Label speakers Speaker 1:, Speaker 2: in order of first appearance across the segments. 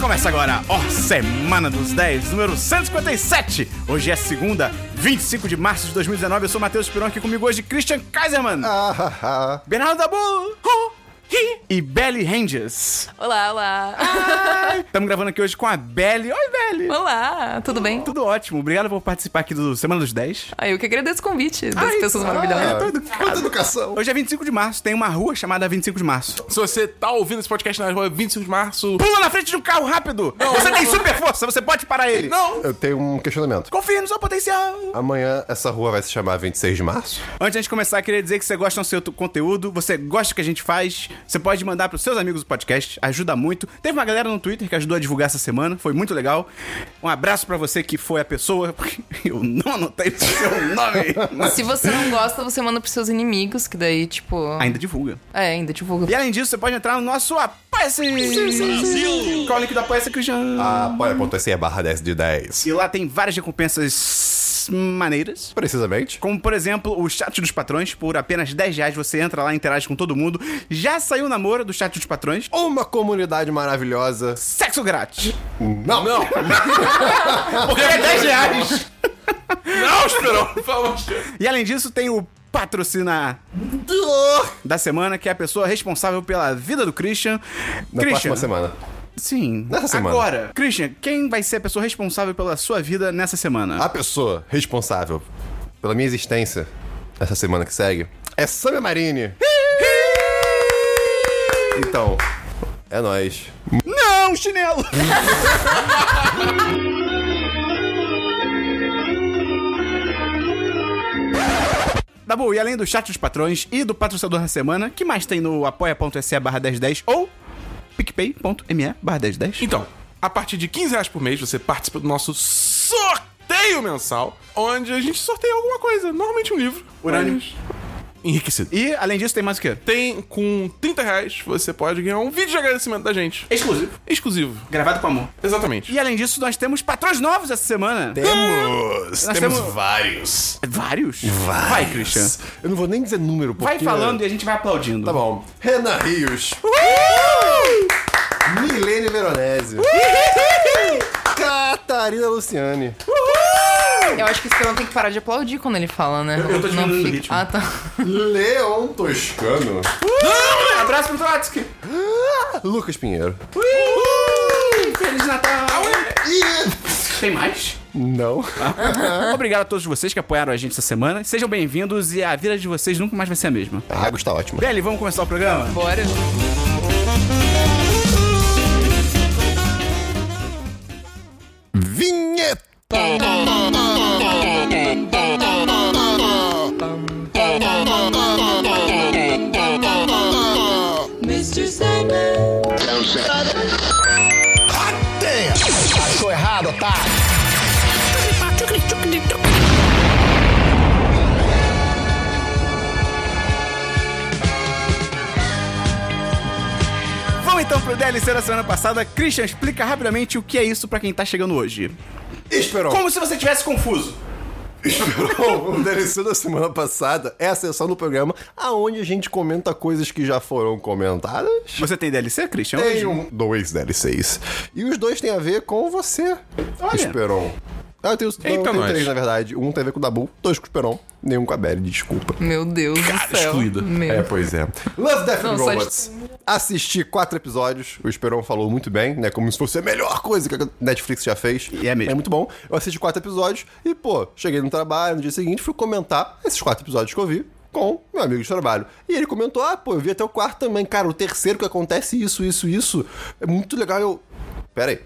Speaker 1: Começa agora, ó, Semana dos 10, número 157. Hoje é segunda, 25 de março de 2019. Eu sou Matheus Pirão, aqui comigo hoje Christian Kaiserman,
Speaker 2: Ah,
Speaker 1: Bernardo Dabu, Ru, Ri e Belly Ranges.
Speaker 3: Olá, olá.
Speaker 2: Ah.
Speaker 1: Estamos gravando aqui hoje com a Belly. Oi, Belly.
Speaker 3: Olá, tudo bem?
Speaker 1: Tudo ótimo. Obrigado por participar aqui do Semana dos 10.
Speaker 3: Ah, eu que agradeço o convite das
Speaker 1: Ai,
Speaker 3: pessoas
Speaker 1: ah,
Speaker 3: maravilhosas.
Speaker 1: tô
Speaker 2: quanta educação.
Speaker 1: Hoje é 25 de março, tem uma rua chamada 25 de março.
Speaker 4: Se você tá ouvindo esse podcast na rua 25 de março.
Speaker 1: Pula na frente de um carro rápido! você tem super força, você pode parar ele!
Speaker 4: Não!
Speaker 2: Eu tenho um questionamento.
Speaker 1: Confia no seu potencial!
Speaker 2: Amanhã essa rua vai se chamar 26 de março?
Speaker 1: Antes de a gente começar, queria dizer que você gosta do seu t- conteúdo, você gosta do que a gente faz, você pode mandar pros seus amigos o podcast, ajuda muito. Teve uma galera no Twitter que ajudou a divulgar essa semana, foi muito legal. Um abraço pra você que foi a pessoa, eu não anotei o seu nome.
Speaker 3: Se você não gosta, você manda pros seus inimigos, que daí, tipo.
Speaker 1: Ainda divulga.
Speaker 3: É, ainda divulga.
Speaker 1: E além disso, você pode entrar no nosso Apoia-se! Qual é o link do Apoia-se, Cristiano?
Speaker 2: Ah. Apoia.se barra 10 de 10.
Speaker 1: E lá tem várias recompensas maneiras.
Speaker 2: Precisamente.
Speaker 1: Como, por exemplo, o chat dos patrões. Por apenas 10 reais você entra lá, interage com todo mundo. Já saiu o namoro do chat dos patrões.
Speaker 2: Uma comunidade maravilhosa.
Speaker 1: Sexo grátis.
Speaker 2: Não, não.
Speaker 1: Porque é 10 reais.
Speaker 4: Não, Esperão! Pelo amor de Deus.
Speaker 1: E além disso, tem o patrocina da semana, que é a pessoa responsável pela vida do Christian.
Speaker 2: Na
Speaker 1: Christian,
Speaker 2: próxima semana.
Speaker 1: sim.
Speaker 2: Nessa semana.
Speaker 1: Agora, Christian, quem vai ser a pessoa responsável pela sua vida nessa semana?
Speaker 2: A pessoa responsável pela minha existência nessa semana que segue é Samia Marini. Então, é nóis.
Speaker 1: Não, chinelo. Tá bom, e além do chat dos patrões e do patrocinador da semana, que mais tem no apoia.se barra 1010 ou picpay.me barra 1010?
Speaker 4: Então, a partir de 15 reais por mês, você participa do nosso sorteio mensal, onde a gente sorteia alguma coisa. Normalmente um livro.
Speaker 1: Urânio.
Speaker 4: mas Enriquecido.
Speaker 1: E além disso tem mais o quê?
Speaker 4: Tem com 30 reais, você pode ganhar um vídeo de agradecimento da gente.
Speaker 1: Exclusivo.
Speaker 4: Exclusivo.
Speaker 1: Gravado com amor.
Speaker 4: Exatamente.
Speaker 1: E além disso, nós temos patrões novos essa semana.
Speaker 2: Temos!
Speaker 1: Nós
Speaker 2: temos
Speaker 1: temos-
Speaker 2: vários.
Speaker 1: Vários?
Speaker 2: Vários.
Speaker 1: Vai, Christian.
Speaker 2: Eu não vou nem dizer número, porque...
Speaker 1: Vai falando e a gente vai aplaudindo.
Speaker 2: Tá bom. Renan Rios. Milene Veronese. Catarina Luciane.
Speaker 3: Eu acho que o Esperão tem que parar de aplaudir quando ele fala, né?
Speaker 1: eu tô diminuindo o ritmo.
Speaker 3: Ah, tá.
Speaker 2: Leon Toscano.
Speaker 1: Abraço pro Trotsky.
Speaker 2: Lucas Pinheiro.
Speaker 1: Feliz Natal. Tem mais?
Speaker 2: Não.
Speaker 1: Ah, Obrigado a todos vocês que apoiaram a gente essa semana. Sejam bem-vindos e a vida de vocês nunca mais vai ser a mesma.
Speaker 2: A água está ótima.
Speaker 1: Belly, vamos começar o programa?
Speaker 3: Bora.
Speaker 2: Vinheta.
Speaker 5: Mr. Sandman.
Speaker 1: Vamos então pro DLC da semana passada. Christian, explica rapidamente o que é isso pra quem tá chegando hoje.
Speaker 2: Esperou.
Speaker 1: Como se você tivesse confuso.
Speaker 2: Bom, o DLC da semana passada é a sessão do programa aonde a gente comenta coisas que já foram comentadas.
Speaker 1: Você tem DLC, Christian?
Speaker 2: Tem
Speaker 1: hoje?
Speaker 2: um, dois DLCs. E os dois têm a ver com você,
Speaker 1: Olha.
Speaker 2: Esperon. Ah, eu tenho, não, eu
Speaker 4: Eita,
Speaker 2: tenho
Speaker 4: nós.
Speaker 2: três, na verdade. Um tem a ver com o Dabu, dois com o Esperon, nenhum com a Belly, desculpa.
Speaker 3: Meu Deus do céu. Meu.
Speaker 2: É, pois é. Love, Death and
Speaker 3: Não, só de-
Speaker 2: Robots. Assisti quatro episódios, o Esperon falou muito bem, né? Como se fosse a melhor coisa que a Netflix já fez.
Speaker 1: E é mesmo.
Speaker 2: É muito bom. Eu assisti quatro episódios e, pô, cheguei no trabalho, no dia seguinte, fui comentar esses quatro episódios que eu vi com meu amigo de trabalho. E ele comentou, ah, pô, eu vi até o quarto também. Cara, o terceiro que acontece isso, isso, isso. É muito legal. Eu... Pera aí.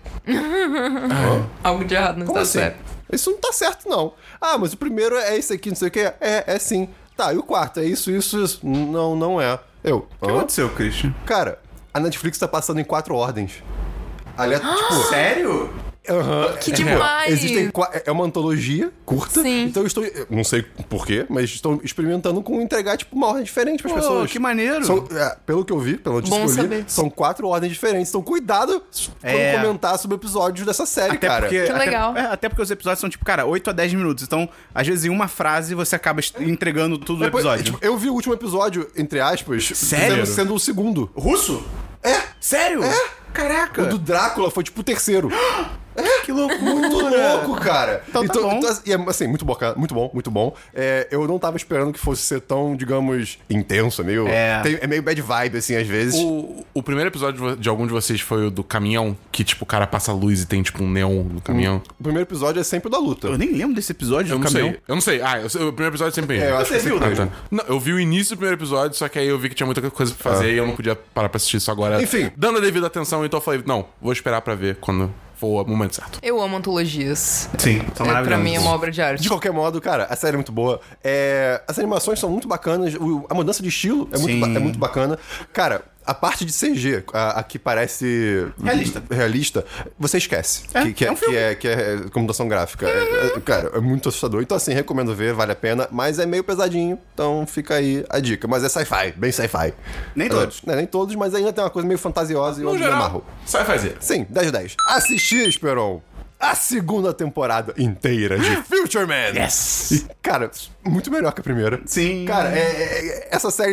Speaker 3: Algo de errado né? não
Speaker 2: Como
Speaker 3: está
Speaker 2: assim?
Speaker 3: Tá certo.
Speaker 2: Isso não tá certo, não. Ah, mas o primeiro é esse aqui, não sei o que. É, é sim. Tá, e o quarto? É isso, isso, isso. Não, não é. Eu.
Speaker 1: O que
Speaker 2: hã?
Speaker 1: aconteceu, Christian?
Speaker 2: Cara, a Netflix tá passando em quatro ordens. Aliás, tipo, é,
Speaker 1: Sério?
Speaker 3: Que demais.
Speaker 2: existem qua- é uma antologia curta.
Speaker 3: Sim.
Speaker 2: Então eu estou. eu Não sei porquê, mas estão experimentando com entregar, tipo, uma ordem diferente pras
Speaker 1: Pô,
Speaker 2: pessoas.
Speaker 1: que maneiro.
Speaker 2: São- é, pelo que eu vi, pela notícia
Speaker 3: Bom
Speaker 2: que eu li,
Speaker 3: saber.
Speaker 2: são quatro ordens diferentes. Então, cuidado quando
Speaker 1: É.
Speaker 2: comentar sobre episódios dessa série,
Speaker 1: Até
Speaker 2: cara.
Speaker 1: porque,
Speaker 3: Que
Speaker 1: até-
Speaker 3: legal.
Speaker 1: é, Até, porque os episódios são, tipo, cara, 8 a 10 minutos. Então, às vezes, em uma frase, você acaba est- entregando tudo o
Speaker 2: Depois-
Speaker 1: episódio.
Speaker 2: tipo, eu vi o último episódio, entre aspas,
Speaker 1: Sério?
Speaker 2: sendo- sendo o segundo.
Speaker 1: Russo? É. Sério? É.
Speaker 4: Caraca!
Speaker 2: O do Drácula foi tipo o terceiro.
Speaker 4: Que loucura!
Speaker 2: Muito louco, cara.
Speaker 1: Então tá bom.
Speaker 2: e é, assim, muito bom, cara, muito bom, muito bom. É, eu não tava esperando que fosse ser tão, digamos, intenso, é meio.
Speaker 1: É.
Speaker 2: tem- é meio bad vibe, assim, às vezes.
Speaker 4: O, o primeiro episódio de vo- de algum de vocês foi o do caminhão, que tipo o cara passa luz e tem tipo um neon no caminhão.
Speaker 2: O primeiro episódio é sempre o da luta.
Speaker 1: Eu nem lembro desse episódio
Speaker 4: Eu
Speaker 1: do
Speaker 4: não
Speaker 1: caminhão.
Speaker 4: sei. Eu não sei. Ah, eu sei- o primeiro episódio sempre
Speaker 2: É, eu acho que
Speaker 1: Você viu,
Speaker 2: sempre-
Speaker 1: né?
Speaker 4: Ah, tá. Não, eu vi o início do primeiro episódio, só que aí eu vi que tinha muita coisa pra
Speaker 1: Ah.
Speaker 4: fazer e eu não podia parar pra assistir isso agora.
Speaker 2: Enfim.
Speaker 4: Dando a devida atenção, então eu falei, não, vou esperar pra ver quando for o momento
Speaker 2: Então,
Speaker 4: certo.
Speaker 3: Eu amo antologias.
Speaker 1: Sim, são
Speaker 3: É, pra mim é uma
Speaker 1: maravilhosos.
Speaker 3: obra de arte.
Speaker 2: De qualquer modo, cara, a série é muito boa. É, as animações são muito bacanas. o- a mudança de estilo é muito,
Speaker 1: Sim.
Speaker 2: ba- é muito bacana. Cara, a parte de CG, a, a que parece
Speaker 1: Realista.
Speaker 2: realista, você esquece.
Speaker 1: É,
Speaker 2: que, que
Speaker 1: é um filme.
Speaker 2: que é, que é computação gráfica. É- é- cara, é muito assustador. Então, assim, recomendo ver, vale a pena. Mas é meio pesadinho, então fica aí a dica. Mas é sci-fi, bem sci-fi.
Speaker 1: Nem
Speaker 2: É,
Speaker 1: todos.
Speaker 2: né, nem todos, mas ainda tem uma coisa meio fantasiosa e eu
Speaker 4: No
Speaker 2: me amarro.
Speaker 4: geral, sai fazer.
Speaker 2: Sim, 10 de 10. Assistir, Esperon, a segunda temporada inteira de Future Man.
Speaker 1: Yes!
Speaker 2: E, cara, muito melhor que a primeira.
Speaker 1: Sim.
Speaker 2: Cara, é- é- é- essa série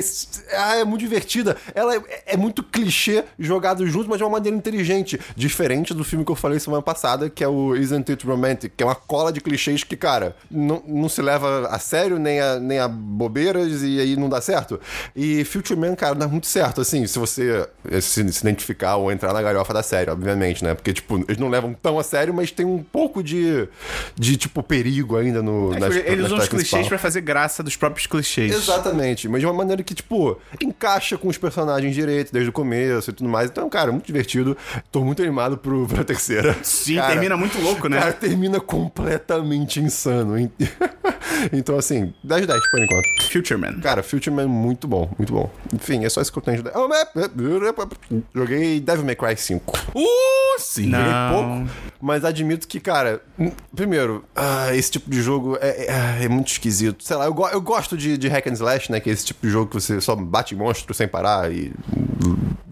Speaker 2: ah, é muito divertida. Ela é, é muito clichê jogado junto, mas de uma maneira inteligente. Diferente do filme que eu falei semana passada, que é o Isn't It Romantic, que é uma cola de clichês que, cara, não, não se leva a sério, nem a, nem a bobeiras, e aí não dá certo. E Future Man, cara, dá muito certo, assim, se você eh, se, se identificar ou entrar na galhofa da série, obviamente, né? Porque, tipo, eles não levam tão a sério, mas tem um pouco de, de tipo, perigo ainda no,
Speaker 1: É,
Speaker 2: nas-
Speaker 1: tipo, Eles usam
Speaker 2: nas
Speaker 1: os
Speaker 2: partes
Speaker 1: clichês
Speaker 2: principais.
Speaker 1: pra fazer graça dos próprios clichês.
Speaker 2: Exatamente, mas de uma maneira que, tipo, encaixa com os personagens direito desde o começo e tudo mais. Então, cara, muito divertido. Tô muito animado pro, pra terceira.
Speaker 1: Sim,
Speaker 2: Cara,
Speaker 1: termina muito louco, né?
Speaker 2: Cara, termina completamente insano. hein? então, assim, 10 de 10 por enquanto.
Speaker 1: Future Man.
Speaker 2: Cara, Future Man é muito bom, muito bom. Enfim, é só isso que eu tenho de... Ah, mas- Joguei Devil May Cry 5.
Speaker 4: Uh, sim!
Speaker 1: Não.
Speaker 2: Joguei pouco, mas admito que, cara, n- primeiro, ah, esse tipo de jogo é, é- ah, é muito esquisito. Sei lá, eu, go- eu gosto de, de hack and slash, né? Que é esse tipo de jogo que você só bate em monstro sem parar e,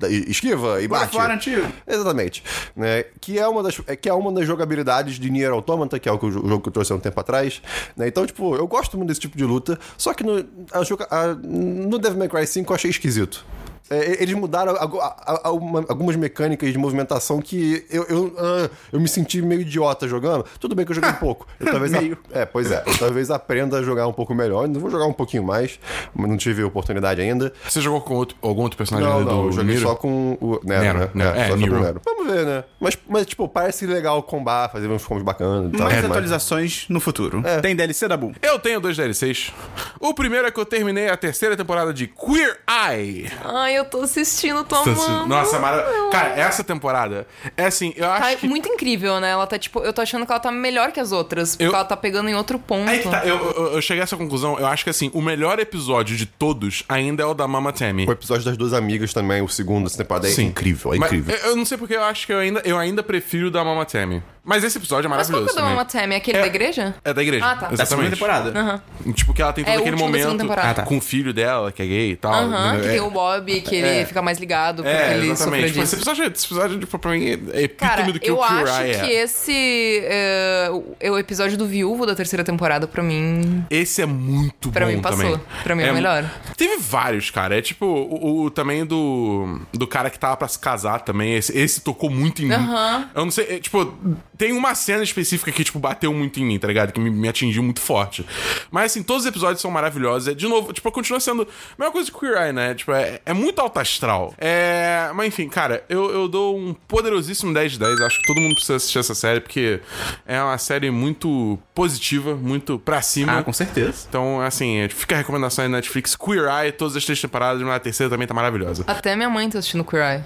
Speaker 2: e esquiva e
Speaker 1: Bora
Speaker 2: bate.
Speaker 4: é
Speaker 1: fora, tio.
Speaker 2: Exatamente. Né? Que, é uma das, é- que é uma das jogabilidades de Nier Automata, que é o, que- o jogo que eu trouxe há um tempo atrás. né? Então, tipo, eu gosto muito desse tipo de luta, só que no, a joga- a- no Devil May Cry 5 eu achei esquisito. É, e- eles mudaram algu- a- a- alguma- algumas mecânicas de movimentação que eu, eu, ah, eu me senti meio idiota jogando. Tudo bem que eu joguei um pouco. Eu talvez
Speaker 1: Meio.
Speaker 2: A, é, pois é. Eu talvez aprenda a jogar um pouco melhor. Eu vou jogar um pouquinho mais, mas não tive oportunidade ainda.
Speaker 4: Você jogou com outro- algum outro personagem
Speaker 2: Não,
Speaker 4: ali
Speaker 2: não,
Speaker 4: do
Speaker 2: eu joguei
Speaker 4: Niro?
Speaker 2: só com o Nero,
Speaker 4: Nero,
Speaker 2: né?
Speaker 4: Nero.
Speaker 2: É,
Speaker 4: É,
Speaker 2: só com o
Speaker 4: Nero.
Speaker 2: Nero. Vamos ver, né? Mas, mas tipo, parece legal combar, fazer uns combos bacanas e tal. É,
Speaker 1: Mais
Speaker 2: mas-
Speaker 1: atualizações no futuro.
Speaker 2: É.
Speaker 1: Tem DLC da Boom.
Speaker 4: Eu tenho dois DLCs. O primeiro é que eu terminei a terceira temporada de Queer Eye.
Speaker 3: Ai, eu tô assistindo, tô amando.
Speaker 4: Nossa, é mara... Cara, essa temporada é assim, eu acho
Speaker 3: Tá
Speaker 4: que...
Speaker 3: muito incrível, né? Ela tá, tipo, eu tô achando que ela tá melhor que as outras, porque
Speaker 4: Eu-
Speaker 3: ela tá pegando em outro ponto.
Speaker 4: Aí que tá, eu, eu- eu cheguei a essa conclusão. Eu acho que assim, o melhor episódio de todos ainda é o da Mama Tammy.
Speaker 2: O episódio das duas amigas também, o segundo, essa temporada é
Speaker 4: Sim.
Speaker 2: incrível, é
Speaker 4: Mas
Speaker 2: incrível.
Speaker 4: eu, eu não sei porque eu acho que eu ainda, eu ainda prefiro o da Mama Tammy. Mas esse episódio é
Speaker 3: Mas qual que é
Speaker 4: maravilhoso.
Speaker 3: o da
Speaker 4: também.
Speaker 3: Mama Tammy? Aquele
Speaker 4: É-
Speaker 3: da igreja?
Speaker 4: É da igreja.
Speaker 3: Ah, tá. Da
Speaker 1: Da segunda
Speaker 4: Exatamente.
Speaker 1: temporada.
Speaker 4: Tipo, que ela tem todo
Speaker 3: É o
Speaker 4: aquele
Speaker 3: último da segunda
Speaker 4: momento
Speaker 3: temporada.
Speaker 1: Ah, tá.
Speaker 4: com o filho dela, que é gay e tal.
Speaker 3: Aham,
Speaker 4: entendeu?
Speaker 3: que
Speaker 4: É-
Speaker 3: tem o Bob, que ele
Speaker 4: É.
Speaker 3: fica mais ligado porque ele
Speaker 4: É,
Speaker 3: sofreu
Speaker 4: exatamente. Tipo, esse
Speaker 3: disso.
Speaker 4: episódio, esse episódio tipo, pra mim, é epítome
Speaker 3: Cara,
Speaker 4: do que
Speaker 3: eu
Speaker 4: o Cure
Speaker 3: acho
Speaker 4: Eye é.
Speaker 3: que esse é, o- é o episódio do viúvo da terceira temporada, pra mim.
Speaker 4: Esse é muito
Speaker 3: Pra
Speaker 4: bom
Speaker 3: mim passou.
Speaker 4: também.
Speaker 3: Pra mim é o
Speaker 4: mu-
Speaker 3: melhor.
Speaker 4: Teve vários, cara. É tipo o, o também do do cara que tava pra se casar também. Esse, esse tocou muito em mim.
Speaker 3: Aham.
Speaker 4: Eu não sei, é, tipo, tem uma cena específica que tipo bateu muito em mim, tá ligado? Que me, me atingiu muito forte. Mas assim, todos os episódios são maravilhosos. É de novo, tipo, continua sendo a mesma coisa que Queer Eye, né? Tipo, é, é muito alto astral. É, mas enfim, cara, eu, eu dou um poderosíssimo 10 de 10. Acho que todo mundo precisa assistir essa série porque é uma série muito positiva, muito pra cima.
Speaker 1: Ah, com certeza.
Speaker 4: Então, assim, é, fica a recomendação aí na Netflix. Queer Eye, todas as três temporadas, mas a terceira também tá maravilhosa.
Speaker 3: Até minha mãe tá assistindo Queer Eye.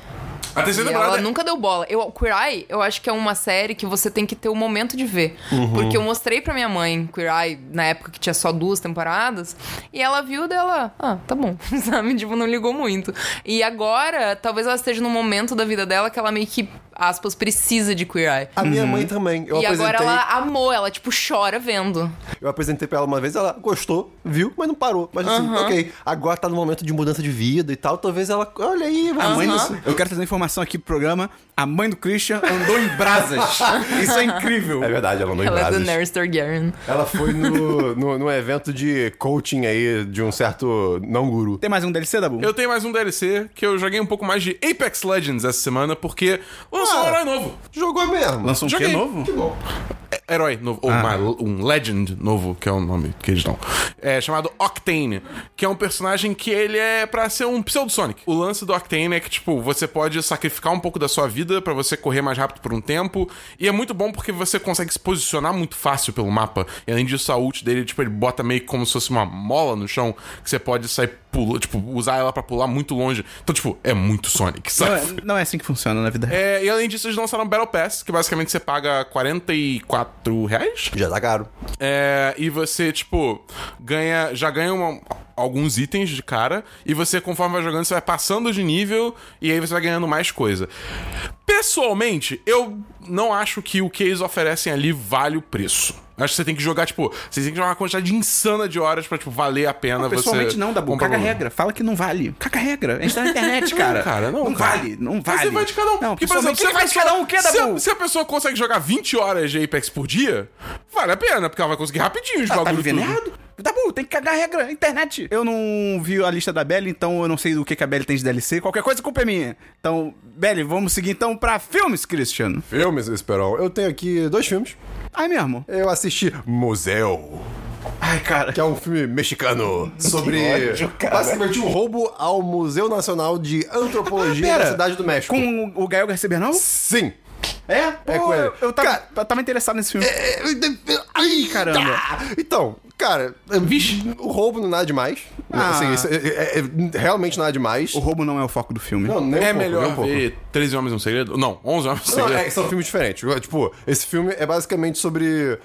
Speaker 4: A terceira
Speaker 3: Ah, E
Speaker 4: temporada é-
Speaker 3: ela nunca deu bola. Eu, Queer Eye, eu acho que é uma série que você tem que ter o momento de ver.
Speaker 4: Uhum.
Speaker 3: Porque eu mostrei pra minha mãe Queer Eye na época que tinha só duas temporadas. E ela viu dela, ah, tá bom. Sabe? Tipo, não ligou muito. E agora, talvez ela esteja num momento da vida dela que ela meio que aspas, precisa de Queer Eye.
Speaker 2: é, A minha mãe também. Eu
Speaker 3: Uhum. e agora
Speaker 2: apresentei,
Speaker 3: ela amou, ela, tipo, chora vendo.
Speaker 2: eu apresentei pra ela uma vez, ela gostou, viu, mas não parou. Mas assim, ok, agora tá no momento de mudança de vida e tal, talvez ela, olha aí,
Speaker 1: A
Speaker 2: vamos
Speaker 1: mãe
Speaker 2: fazer
Speaker 1: do-
Speaker 2: isso.
Speaker 1: Eu quero trazer informação aqui pro programa. A mãe do Christian andou em brasas. Isso é incrível.
Speaker 2: É verdade, ela não
Speaker 3: ela é
Speaker 2: brasas.
Speaker 3: Daenerys Targaryen.
Speaker 2: Ela foi no, no, no evento de coaching aí de um certo não guru.
Speaker 1: Tem mais um DLC, Dabu?
Speaker 4: Eu tenho mais um DLC que eu joguei um pouco mais de Apex Legends essa semana, porque lançou um
Speaker 2: Ah.
Speaker 4: herói novo.
Speaker 2: Jogou mesmo.
Speaker 1: Lançou um quê
Speaker 4: Joguei.
Speaker 1: novo?
Speaker 4: É, Herói novo,
Speaker 1: Ah.
Speaker 4: ou uma- um Legend novo, que é o nome que eles dão. É chamado Octane, que é um personagem que ele é pra ser um pseudo-Sonic. O lance do Octane é que, tipo, você pode sacrificar um pouco da sua vida pra você correr mais rápido por um tempo. E é muito bom porque você consegue se posicionar muito fácil pelo mapa. E além disso, a ult dele, tipo, ele bota meio que como se fosse uma mola no chão, que você pode sair pulando, tipo, usar ela pra pular muito longe. Então, tipo, é muito Sonic, sabe?
Speaker 1: Não é, não é assim que funciona na vida real.
Speaker 4: É, e além disso, eles lançaram Battle Pass, que basicamente você paga 44 reais.
Speaker 2: Já tá caro.
Speaker 4: É, e você, tipo, ganha. Já ganha uma- alguns itens de cara. E você, conforme vai jogando, você vai passando de nível e aí você vai ganhando mais coisa. Pessoalmente, eu não acho que o que eles oferecem ali vale o preço. Acho que você tem que jogar, tipo, você tem que jogar uma quantidade insana de horas pra, tipo, valer a pena
Speaker 1: Não,
Speaker 4: você.
Speaker 1: pessoalmente não, Dabu.
Speaker 4: comprar
Speaker 1: Caga a
Speaker 4: um-
Speaker 1: regra. Fala que não vale. Caga a regra. A gente tá na internet, cara.
Speaker 4: Não, cara, não, cara.
Speaker 1: vale, não
Speaker 4: Mas
Speaker 1: vale.
Speaker 4: Você vai de cada um.
Speaker 1: Não,
Speaker 4: Porque, por exemplo,
Speaker 1: pessoalmente,
Speaker 4: se a
Speaker 1: você vai de
Speaker 4: pessoa-
Speaker 1: cada um o quê,
Speaker 4: se a-
Speaker 1: Dabu?
Speaker 4: Se a pessoa consegue jogar 20 horas de Apex por dia, vale a pena, porque ela vai conseguir rapidinho os
Speaker 1: Ela tá
Speaker 4: bagulho
Speaker 1: vivendo
Speaker 4: tudo.
Speaker 1: errado. Dabu, tem que cagar a regra. Internet. Eu não vi a lista da Belly, então eu não sei do que, que a Belly tem de DLC. Qualquer coisa, a culpa é minha. Então, Belly, vamos seguir então pra filmes, Christian.
Speaker 2: Filmes, Esperão. Eu tenho aqui dois filmes.
Speaker 1: Ai, mesmo.
Speaker 2: Eu assisti Museu,
Speaker 1: Ai, cara.
Speaker 2: que é um filme mexicano sobre
Speaker 1: ódio, cara.
Speaker 2: basicamente um roubo ao Museu Nacional de Antropologia
Speaker 1: Pera.
Speaker 2: da Cidade do México.
Speaker 1: Com o, o Gael Garcia Bernal?
Speaker 2: Sim.
Speaker 1: É?
Speaker 2: É
Speaker 1: Pô,
Speaker 2: com ele.
Speaker 1: Eu, eu tava,
Speaker 2: Cara-
Speaker 1: eu tava interessado nesse filme.
Speaker 2: É, é, é, Ai,
Speaker 1: caramba.
Speaker 2: Então, cara, o roubo não é nada demais.
Speaker 1: Ah.
Speaker 2: Assim, isso é, é- é realmente nada demais.
Speaker 1: O roubo não é o foco do filme.
Speaker 2: Não, nem um
Speaker 4: É
Speaker 2: pouco, nem
Speaker 4: melhor
Speaker 2: um pouco.
Speaker 4: ver 13 Homens e um Segredo? Não, 11 Homens e um
Speaker 2: Não,
Speaker 4: Segredo.
Speaker 2: é, são filmes diferentes. Tipo, esse filme é basicamente sobre.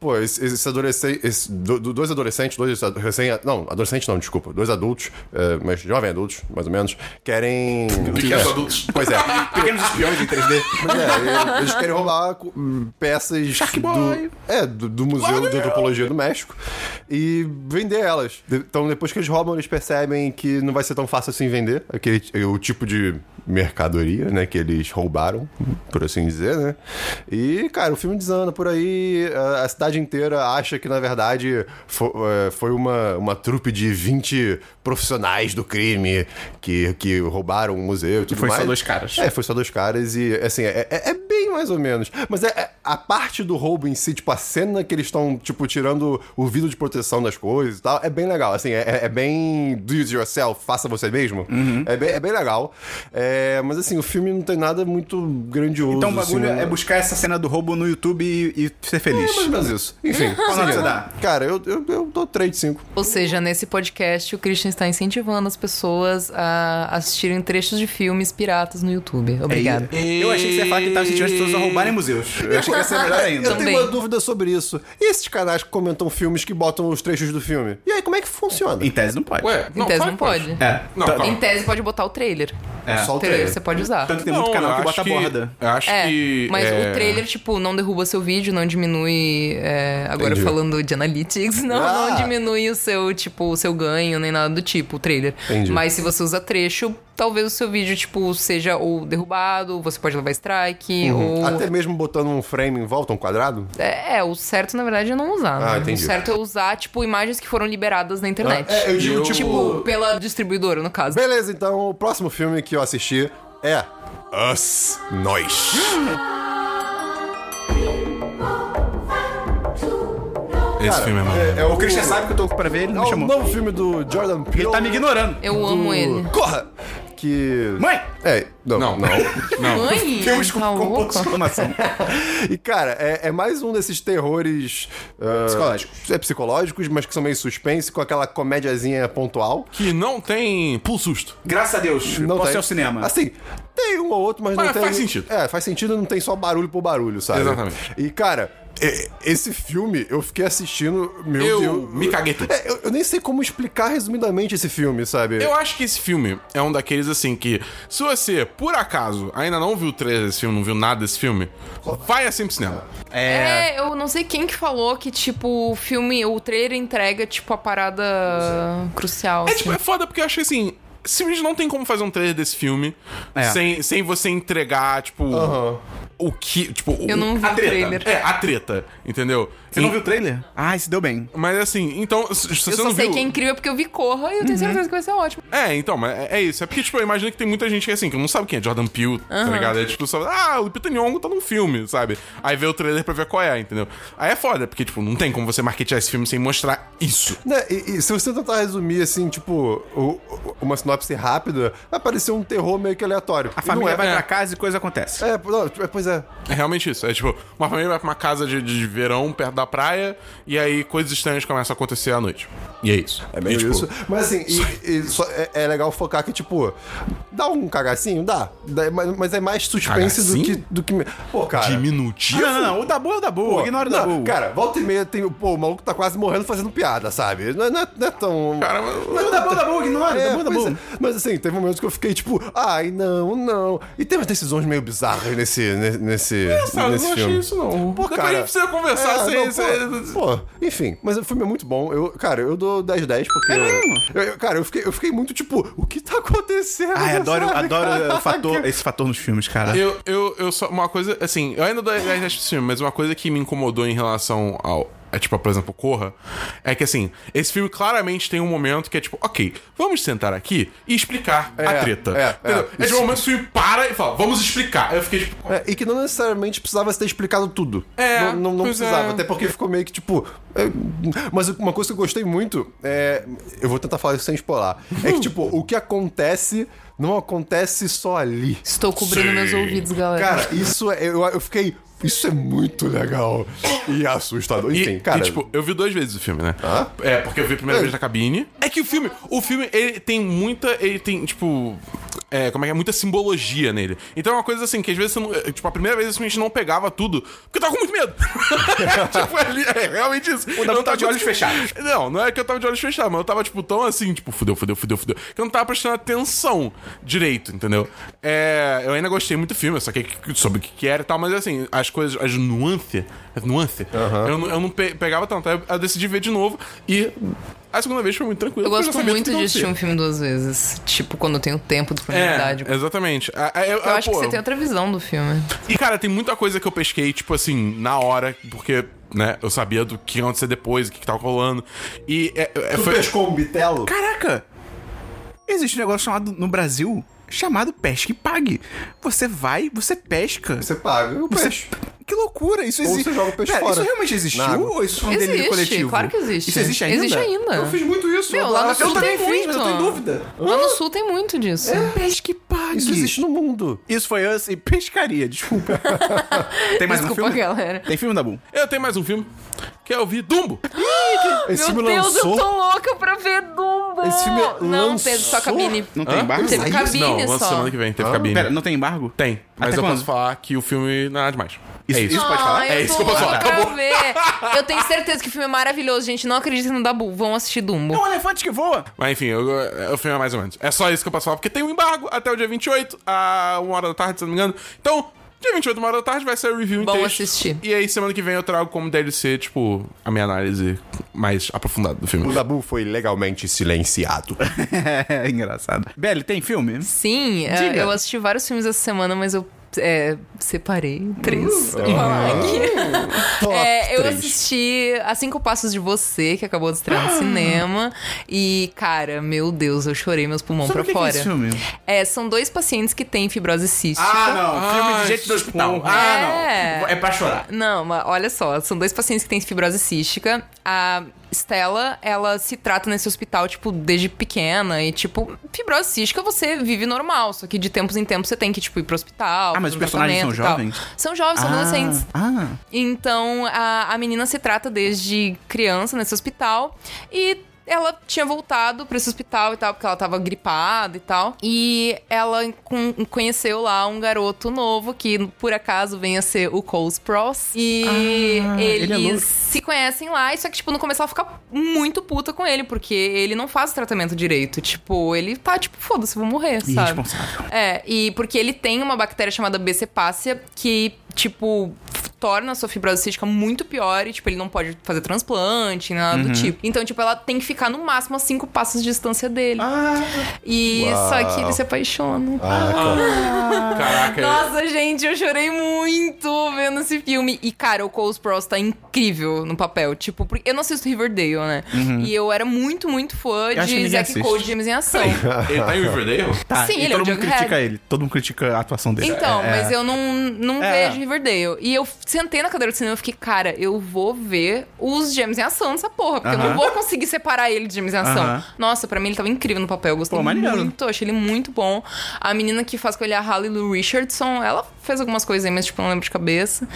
Speaker 2: Pô, esse, esse adolescente. esse- do- do- dois adolescentes, dois ado- recém. Não, adolescente não, desculpa. Dois adultos, é, mas jovens adultos, mais ou menos, querem.
Speaker 4: Pequenos
Speaker 2: É,
Speaker 4: adultos.
Speaker 2: Pois é.
Speaker 1: Pequenos espiões em 3D.
Speaker 2: Pois é, e eles querem roubar cu- hum, peças
Speaker 1: Boy.
Speaker 2: do, é, do, do Museu de Antropologia do México e vender elas. De- Então, depois que eles roubam, eles percebem que não vai ser tão fácil assim vender aquele, o tipo de mercadoria, né, que eles roubaram, por assim dizer, né? E, cara, o filme desanda por aí, a, a cidade inteira acha que, na verdade, fo- é, foi uma, uma trupe de 20 profissionais do crime que, que roubaram o museu e tudo
Speaker 1: foi só
Speaker 2: mais.
Speaker 1: dois caras.
Speaker 2: É, é, foi só dois caras e, assim, é, é- é bem mais ou menos. Mas é, é- a parte do roubo em si, tipo, a cena que eles estão, tipo, tirando o vidro de proteção das coisas e tal, é bem legal. Assim, é, é- é bem do it yourself, faça você mesmo.
Speaker 1: Uhum.
Speaker 2: É, bem, é bem legal. É, mas, assim, o filme não tem nada muito grandioso.
Speaker 1: Então o
Speaker 2: assim,
Speaker 1: bagulho
Speaker 2: né?
Speaker 1: é buscar essa cena do roubo no YouTube e, e ser feliz.
Speaker 2: É mais ou menos isso. Enfim,
Speaker 1: Qual nota você dá?
Speaker 2: cara, eu, eu, eu dou 3 de 5.
Speaker 3: Ou seja, nesse podcast, o Christian está incentivando as pessoas a assistirem trechos de filmes piratas no YouTube. Obrigada.
Speaker 1: E- É Eu achei que você ia falar que tava sentindo as pessoas a roubarem museus. Eu achei que ia ser melhor
Speaker 2: Eu
Speaker 1: ainda.
Speaker 3: Também.
Speaker 2: tenho uma dúvida sobre isso. E esses canais que comentam filmes que botam os trechos do filme? E aí, como é que funciona?
Speaker 1: Em tese não pode.
Speaker 4: Ué,
Speaker 3: em tese
Speaker 4: claro
Speaker 3: não
Speaker 4: que
Speaker 3: pode.
Speaker 1: É.
Speaker 4: Não,
Speaker 1: Tá-
Speaker 4: calma.
Speaker 3: Em tese pode botar o trailer.
Speaker 1: É.
Speaker 2: Só o
Speaker 3: O trailer
Speaker 2: trailer.
Speaker 3: você pode usar.
Speaker 1: Tanto que tem muito canal
Speaker 4: eu
Speaker 1: que
Speaker 4: acho
Speaker 1: bota a borda.
Speaker 4: Eu acho
Speaker 3: É,
Speaker 4: que.
Speaker 3: mas
Speaker 4: é,
Speaker 3: o trailer, tipo, não derruba seu vídeo, não diminui. é, agora
Speaker 2: Entendi.
Speaker 3: falando de analytics, não,
Speaker 2: Ah!
Speaker 3: não diminui o seu, tipo, o seu ganho, nem nada do tipo, o trailer.
Speaker 2: Entendi.
Speaker 3: Mas se você usa trecho, talvez o seu vídeo, tipo, seja ou derrubado, você pode levar strike,
Speaker 1: Então-
Speaker 3: ou.
Speaker 2: Até mesmo botando um frame em volta, um quadrado?
Speaker 3: É, é, o certo, na verdade, é não usar.
Speaker 2: Ah,
Speaker 3: né?
Speaker 2: entendi.
Speaker 3: O certo é usar, tipo, imagens que foram liberadas na
Speaker 1: Ah,
Speaker 3: internet.
Speaker 2: É, eu digo,
Speaker 4: Eu-
Speaker 2: tipo...
Speaker 3: Tipo, pela distribuidora, no caso.
Speaker 2: Beleza, então o próximo filme que eu assisti é. Us. Nós.
Speaker 4: Esse filme é maluco.
Speaker 1: É, o Christian sabe que eu tô pra ver, ele não
Speaker 2: É
Speaker 1: me
Speaker 2: o
Speaker 1: chamou.
Speaker 2: novo filme do Jordan Peele.
Speaker 1: Ele tá me ignorando.
Speaker 3: Eu amo ele.
Speaker 2: Corra! Que.
Speaker 1: Mãe!
Speaker 2: É, não.
Speaker 4: Não, não.
Speaker 2: um
Speaker 4: não.
Speaker 3: Mãe,
Speaker 1: Filmes com,
Speaker 3: tá
Speaker 1: com
Speaker 3: louco?
Speaker 1: pontos de exclamação.
Speaker 2: E, cara, é, é mais um desses terrores. ah,
Speaker 1: Psicológicos.
Speaker 2: É, psicológicos, mas que são meio suspense, com aquela comédiazinha pontual.
Speaker 4: Que não tem pulo susto.
Speaker 1: Graças a Deus, não posso
Speaker 2: tem.
Speaker 1: ir ao cinema.
Speaker 2: Assim, tem um ou outro, mas,
Speaker 4: Mas
Speaker 2: não tem.
Speaker 4: faz sentido.
Speaker 2: É, faz sentido não tem só barulho por barulho, sabe?
Speaker 4: Exatamente.
Speaker 2: E, cara, é, esse filme, eu fiquei assistindo, meu
Speaker 4: Eu
Speaker 2: Deus.
Speaker 4: me caguei tudo.
Speaker 2: É, eu, eu nem sei como explicar resumidamente esse filme, sabe?
Speaker 4: Eu acho que esse filme é um daqueles assim que, se você, por acaso, ainda não viu o trailer desse filme, não viu nada desse filme, vai assim pro cinema.
Speaker 3: É. eu não sei quem que falou que, tipo, o filme, o trailer entrega, tipo, a parada crucial.
Speaker 4: É
Speaker 3: assim.
Speaker 4: tipo, é foda porque eu acho que assim. Simplesmente não tem como fazer um trailer desse filme
Speaker 1: É.
Speaker 4: sem, sem você entregar, tipo, o que. Tipo,
Speaker 3: Eu não vi o trailer.
Speaker 4: É, a treta, entendeu?
Speaker 1: Você não viu o trailer? Ah, se deu bem.
Speaker 4: Mas assim, então. Se se
Speaker 3: eu
Speaker 4: você
Speaker 3: só
Speaker 4: não
Speaker 3: sei
Speaker 4: viu...
Speaker 3: que é incrível porque eu vi Corra e eu tenho certeza que vai ser ótimo.
Speaker 4: É, então, mas é- é isso. É porque, tipo, eu imagino que tem muita gente que, assim, que não sabe quem é Jordan Peele, tá ligado? É tipo, só, ah, o Lupita Nyong'o tá num filme, sabe? Aí vê o trailer pra ver qual é, entendeu? Aí é foda, porque, tipo, não tem como você marketear esse filme sem mostrar isso.
Speaker 2: Né, E, e se você tentar resumir, assim, tipo, o- o- uma sinopse rápida, vai parecer um terror meio que aleatório.
Speaker 1: A família
Speaker 4: é-
Speaker 1: vai
Speaker 4: é.
Speaker 1: pra casa e coisa acontece.
Speaker 2: É, não, é, pois é.
Speaker 4: É realmente isso. É tipo, uma família vai pra uma casa de, de verão perto da praia e aí coisas estranhas começam a acontecer à noite. E é isso. É
Speaker 2: meio
Speaker 4: e, tipo,
Speaker 2: isso. Mas assim, e- e só- é, é legal focar que, tipo, dá um cagacinho? Dá. Dá, mas, mas é mais suspense do que,
Speaker 4: Cagacinho?
Speaker 2: do que. Pô, cara.
Speaker 4: Diminutivo?
Speaker 1: Ah, não, não, não. O Dabu é o Dabu.
Speaker 2: Pô,
Speaker 1: Ignora o
Speaker 2: não,
Speaker 1: Dabu.
Speaker 2: Cara, volta e meia tem. o- Pô, o maluco tá quase morrendo fazendo piada, sabe? Não é, não é- não é tão.
Speaker 4: Cara, mas-
Speaker 1: o Dabu, o Dabu, ignora.
Speaker 2: É,
Speaker 1: o Dabu, o
Speaker 2: pois
Speaker 1: Dabu.
Speaker 2: é. Mas assim, teve momentos que eu fiquei tipo, ai, não, não. E tem umas decisões meio bizarras nesse. ne- nesse
Speaker 4: Cara, eu
Speaker 2: nesse
Speaker 4: não
Speaker 2: filme.
Speaker 4: achei isso, não.
Speaker 2: Pô,
Speaker 4: Depois
Speaker 2: cara,
Speaker 4: a gente precisa conversar
Speaker 2: é,
Speaker 4: sem.
Speaker 2: não,
Speaker 4: sem-
Speaker 2: pô, pô, enfim, mas o filme é muito bom. Eu, cara, eu dou 10 10
Speaker 4: É
Speaker 2: porque. eu- eu- cara, eu fiquei, eu fiquei muito tipo, o que tá acontecendo?
Speaker 1: Ai, adoro,
Speaker 2: sabe,
Speaker 1: adoro
Speaker 2: cara?
Speaker 1: o fator, esse fator nos filmes, cara.
Speaker 4: Eu, eu, eu só. Uma coisa, assim, eu ainda dou 10 desse filme, mas uma coisa que me incomodou em relação ao. É tipo, por exemplo, Corra. É que assim, esse filme claramente tem um momento que é tipo, ok, vamos sentar aqui e explicar a
Speaker 2: É,
Speaker 4: treta.
Speaker 2: é,
Speaker 4: entendeu?
Speaker 2: é.
Speaker 4: É, de um momento que o filme para e fala, vamos explicar. Aí eu fiquei tipo,
Speaker 2: É, e que não necessariamente precisava ter explicado tudo.
Speaker 4: É,
Speaker 2: Não, não, não
Speaker 4: pois
Speaker 2: precisava.
Speaker 4: é.
Speaker 2: Até porque ficou meio que tipo. é, mas uma coisa que eu gostei muito é. Eu vou tentar falar isso sem spoiler. É que, tipo, o que acontece não acontece só ali.
Speaker 3: Estou cobrindo
Speaker 4: Sim.
Speaker 3: meus ouvidos, galera.
Speaker 2: Cara, isso é. Eu, eu fiquei. Isso é muito legal. E assustador.
Speaker 4: E,
Speaker 2: Enfim, cara.
Speaker 4: e, tipo, eu vi duas vezes o filme, né? É, porque eu vi a primeira
Speaker 2: É.
Speaker 4: vez na cabine. É que o filme, o filme, ele tem muita, ele tem, tipo... É, como é que é? Muita simbologia nele. Então é uma coisa assim, que às vezes você não, é, Tipo, a primeira vez assim, a gente não pegava tudo, porque eu tava com muito medo. tipo, ali, é realmente isso. Eu
Speaker 1: Dabu
Speaker 4: não
Speaker 1: tava de olhos fechados.
Speaker 4: Não, não é que eu tava de olhos fechados, mas eu tava, tipo, tão assim, tipo, fudeu, fudeu, fudeu, fudeu. Que eu não tava prestando atenção direito, entendeu? É, eu ainda gostei muito do filme, eu saquei que- sobre o que, que era e tal, mas assim, as coisas, as nuances, as nuances, eu, não- eu não pe- pegava tanto. Aí eu, eu decidi ver de novo e a segunda vez foi muito tranquilo.
Speaker 3: eu
Speaker 4: porque já
Speaker 3: gosto
Speaker 4: sabia
Speaker 3: muito
Speaker 4: tudo que
Speaker 3: de assistir um
Speaker 4: acontecia.
Speaker 3: filme duas vezes. Tipo, quando eu tenho tempo, disponibilidade.
Speaker 4: É, exatamente. Ah, ah,
Speaker 3: Eu acho
Speaker 4: pô,
Speaker 3: que você tem outra visão do filme.
Speaker 4: E, cara, tem muita coisa que eu pesquei, tipo assim, na hora, porque, né, eu sabia do que ia acontecer depois, o que, que tava rolando. E é, é,
Speaker 2: tu
Speaker 4: foi.
Speaker 2: pescou um bitelo?
Speaker 1: Caraca! Existe um negócio chamado, no Brasil, chamado pesca e pague. Você vai, você pesca.
Speaker 2: Você paga. Eu
Speaker 1: Você-
Speaker 2: peixe.
Speaker 1: Que loucura! Isso
Speaker 2: Ou
Speaker 1: existe.
Speaker 2: você joga o peixe
Speaker 1: Pera,
Speaker 2: fora.
Speaker 1: Isso realmente existiu?
Speaker 2: Na água.
Speaker 1: Ou isso foi um delírio
Speaker 3: Existe,
Speaker 1: coletivo?
Speaker 3: claro que existe.
Speaker 1: Isso existe ainda?
Speaker 3: Existe ainda.
Speaker 2: Eu fiz muito isso.
Speaker 3: Meu, lá no
Speaker 2: adorava.
Speaker 3: sul
Speaker 1: Eu também
Speaker 3: tem
Speaker 1: fiz,
Speaker 3: muito.
Speaker 1: mas eu tô em dúvida.
Speaker 3: Lá no sul tem muito disso.
Speaker 1: Pesca e pague.
Speaker 2: Isso existe no mundo.
Speaker 1: Isso foi eu e pescaria, desculpa. Tem mais
Speaker 3: Desculpa,
Speaker 1: um filme?
Speaker 3: galera.
Speaker 1: Tem filme, Dabu?
Speaker 4: Eu tenho mais um filme, que eu vi Dumbo.
Speaker 2: Esse
Speaker 3: Meu
Speaker 2: filme
Speaker 3: Deus,
Speaker 2: lançou.
Speaker 3: eu tô louca pra ver Dumbo!
Speaker 2: Esse filme
Speaker 3: Não,
Speaker 2: lançou?
Speaker 3: teve só cabine.
Speaker 1: Não tem embargo?
Speaker 3: Teve
Speaker 1: Ai,
Speaker 3: cabine
Speaker 4: não, lança
Speaker 3: só.
Speaker 4: semana que vem, teve cabine.
Speaker 1: Ah, Pera, não tem embargo?
Speaker 4: Tem, mas
Speaker 1: Até
Speaker 4: eu
Speaker 1: quando?
Speaker 4: posso falar que o filme não é nada demais.
Speaker 1: Isso-
Speaker 4: é isso.
Speaker 1: isso pode falar?
Speaker 3: Ai,
Speaker 4: É
Speaker 3: Ah, eu tô
Speaker 4: isso que eu posso falar.
Speaker 3: louca pra
Speaker 4: Acabou.
Speaker 3: ver. Eu tenho certeza que o filme é maravilhoso, gente. Não acredito no Dabu. Vão assistir Dumbo.
Speaker 1: É um elefante que voa!
Speaker 4: Mas enfim, eu, eu- o filme é mais ou menos. É só isso que eu posso falar, porque tem um embargo até o dia 28, a uma hora da tarde, se eu não me engano. Então, dia 28, uma hora da tarde, vai ser o review em
Speaker 3: Bom
Speaker 4: texto.
Speaker 3: assistir.
Speaker 4: E aí, semana que vem, eu trago como DLC, tipo, a minha análise mais aprofundada do
Speaker 2: O
Speaker 4: filme.
Speaker 2: Dabu foi legalmente silenciado.
Speaker 1: é engraçado. Belly, tem filme?
Speaker 3: Sim, é,
Speaker 1: Diga.
Speaker 3: eu assisti vários filmes essa semana, mas eu é, separei três.
Speaker 1: Hum,
Speaker 3: pra falar
Speaker 2: Uhum.
Speaker 3: aqui.
Speaker 2: Top
Speaker 3: É, eu
Speaker 2: três.
Speaker 3: assisti A Cinco Passos de Você, que acabou de estrear
Speaker 1: Ah.
Speaker 3: no cinema. E, cara, meu Deus, eu chorei meus pulmões
Speaker 1: Sobre
Speaker 3: pra
Speaker 1: o que que é
Speaker 3: fora.
Speaker 1: esse filme?
Speaker 3: É, são dois pacientes que têm fibrose cística.
Speaker 1: Ah, não. filme
Speaker 4: Ah,
Speaker 1: de gente do hospital.
Speaker 4: porra.
Speaker 1: Ah, não.
Speaker 3: É.
Speaker 1: É pra chorar.
Speaker 3: Não, mas olha só, são dois pacientes que têm fibrose cística. A Stella, ela se trata nesse hospital, tipo, desde pequena. E, tipo, fibrose cística você vive normal, só que de tempos em tempos você tem que, tipo, ir pro hospital.
Speaker 1: Ah, mas os
Speaker 3: fazer um
Speaker 1: personagens são
Speaker 3: tratamento e
Speaker 1: jovens?
Speaker 3: tal. São jovens, são adolescentes.
Speaker 1: Ah,
Speaker 3: Então, a, a menina se trata desde criança nesse hospital e ela tinha voltado pra esse hospital e tal, porque ela tava gripada e tal. E ela con- conheceu lá um garoto novo que, por acaso, venha ser o Cole Sprouse. E
Speaker 1: ele é
Speaker 3: eles
Speaker 1: louro.
Speaker 3: se conhecem lá, e só que, tipo, no começo ela fica muito puta com ele, porque ele não faz o tratamento direito. Tipo, ele tá, tipo, foda-se, vou morrer, sabe?
Speaker 1: Irresponsável.
Speaker 3: É, e porque ele tem uma bactéria chamada B. cepacia que, tipo, f- torna a sua fibrose cística muito pior e, tipo, ele não pode fazer transplante, nada
Speaker 1: Uhum.
Speaker 3: do tipo. Então, tipo, ela tem que ficar no máximo a cinco passos de distância dele.
Speaker 1: Ah!
Speaker 3: E
Speaker 2: Uau.
Speaker 3: só que ele se apaixona.
Speaker 2: Ah, cara.
Speaker 4: Caraca.
Speaker 3: Nossa, gente, eu chorei muito vendo esse filme. E, cara, o Cole Sprouse tá incrível no papel. Tipo, porque eu não assisto Riverdale, né? E eu era muito, muito fã
Speaker 1: Uhum. acho que
Speaker 3: de
Speaker 1: ninguém
Speaker 3: Zack
Speaker 1: assiste.
Speaker 3: Cole James em ação.
Speaker 4: Ele tá em Riverdale?
Speaker 1: Tá,
Speaker 3: Sim,
Speaker 1: e
Speaker 3: ele é
Speaker 1: todo
Speaker 3: o
Speaker 1: mundo
Speaker 3: Jughead.
Speaker 1: critica ele. Todo mundo critica a atuação dele.
Speaker 3: Então,
Speaker 1: É, é.
Speaker 3: mas eu não, não
Speaker 1: É.
Speaker 3: vejo Riverdale. E eu sentei na cadeira do cinema e fiquei, cara, eu vou ver os James em ação nessa porra, porque eu
Speaker 1: Aham.
Speaker 3: não vou conseguir separar ele de James em ação.
Speaker 1: Aham.
Speaker 3: Nossa, pra mim ele tava incrível no papel, eu gostei
Speaker 1: Pô, maneiro.
Speaker 3: muito, eu achei ele muito bom. A menina que faz com ele, a Halle Lou Richardson, ela fez algumas coisas aí, mas tipo, eu não lembro de cabeça.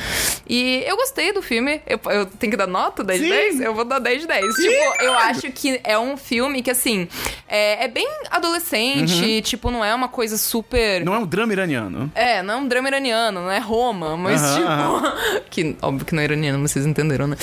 Speaker 3: E eu gostei do filme, eu, eu tenho que dar nota 10 de
Speaker 1: Sim.
Speaker 3: 10? Eu vou dar 10 de 10. tipo, eu acho que é um filme que, assim, é, é bem adolescente, tipo, não é uma coisa super...
Speaker 1: Uhum. Não é um drama iraniano.
Speaker 3: É, não é um drama iraniano, não é Roma, mas
Speaker 1: Aham,
Speaker 3: tipo.
Speaker 1: aham.
Speaker 3: Que, óbvio que não é iraniano, mas vocês entenderam, né?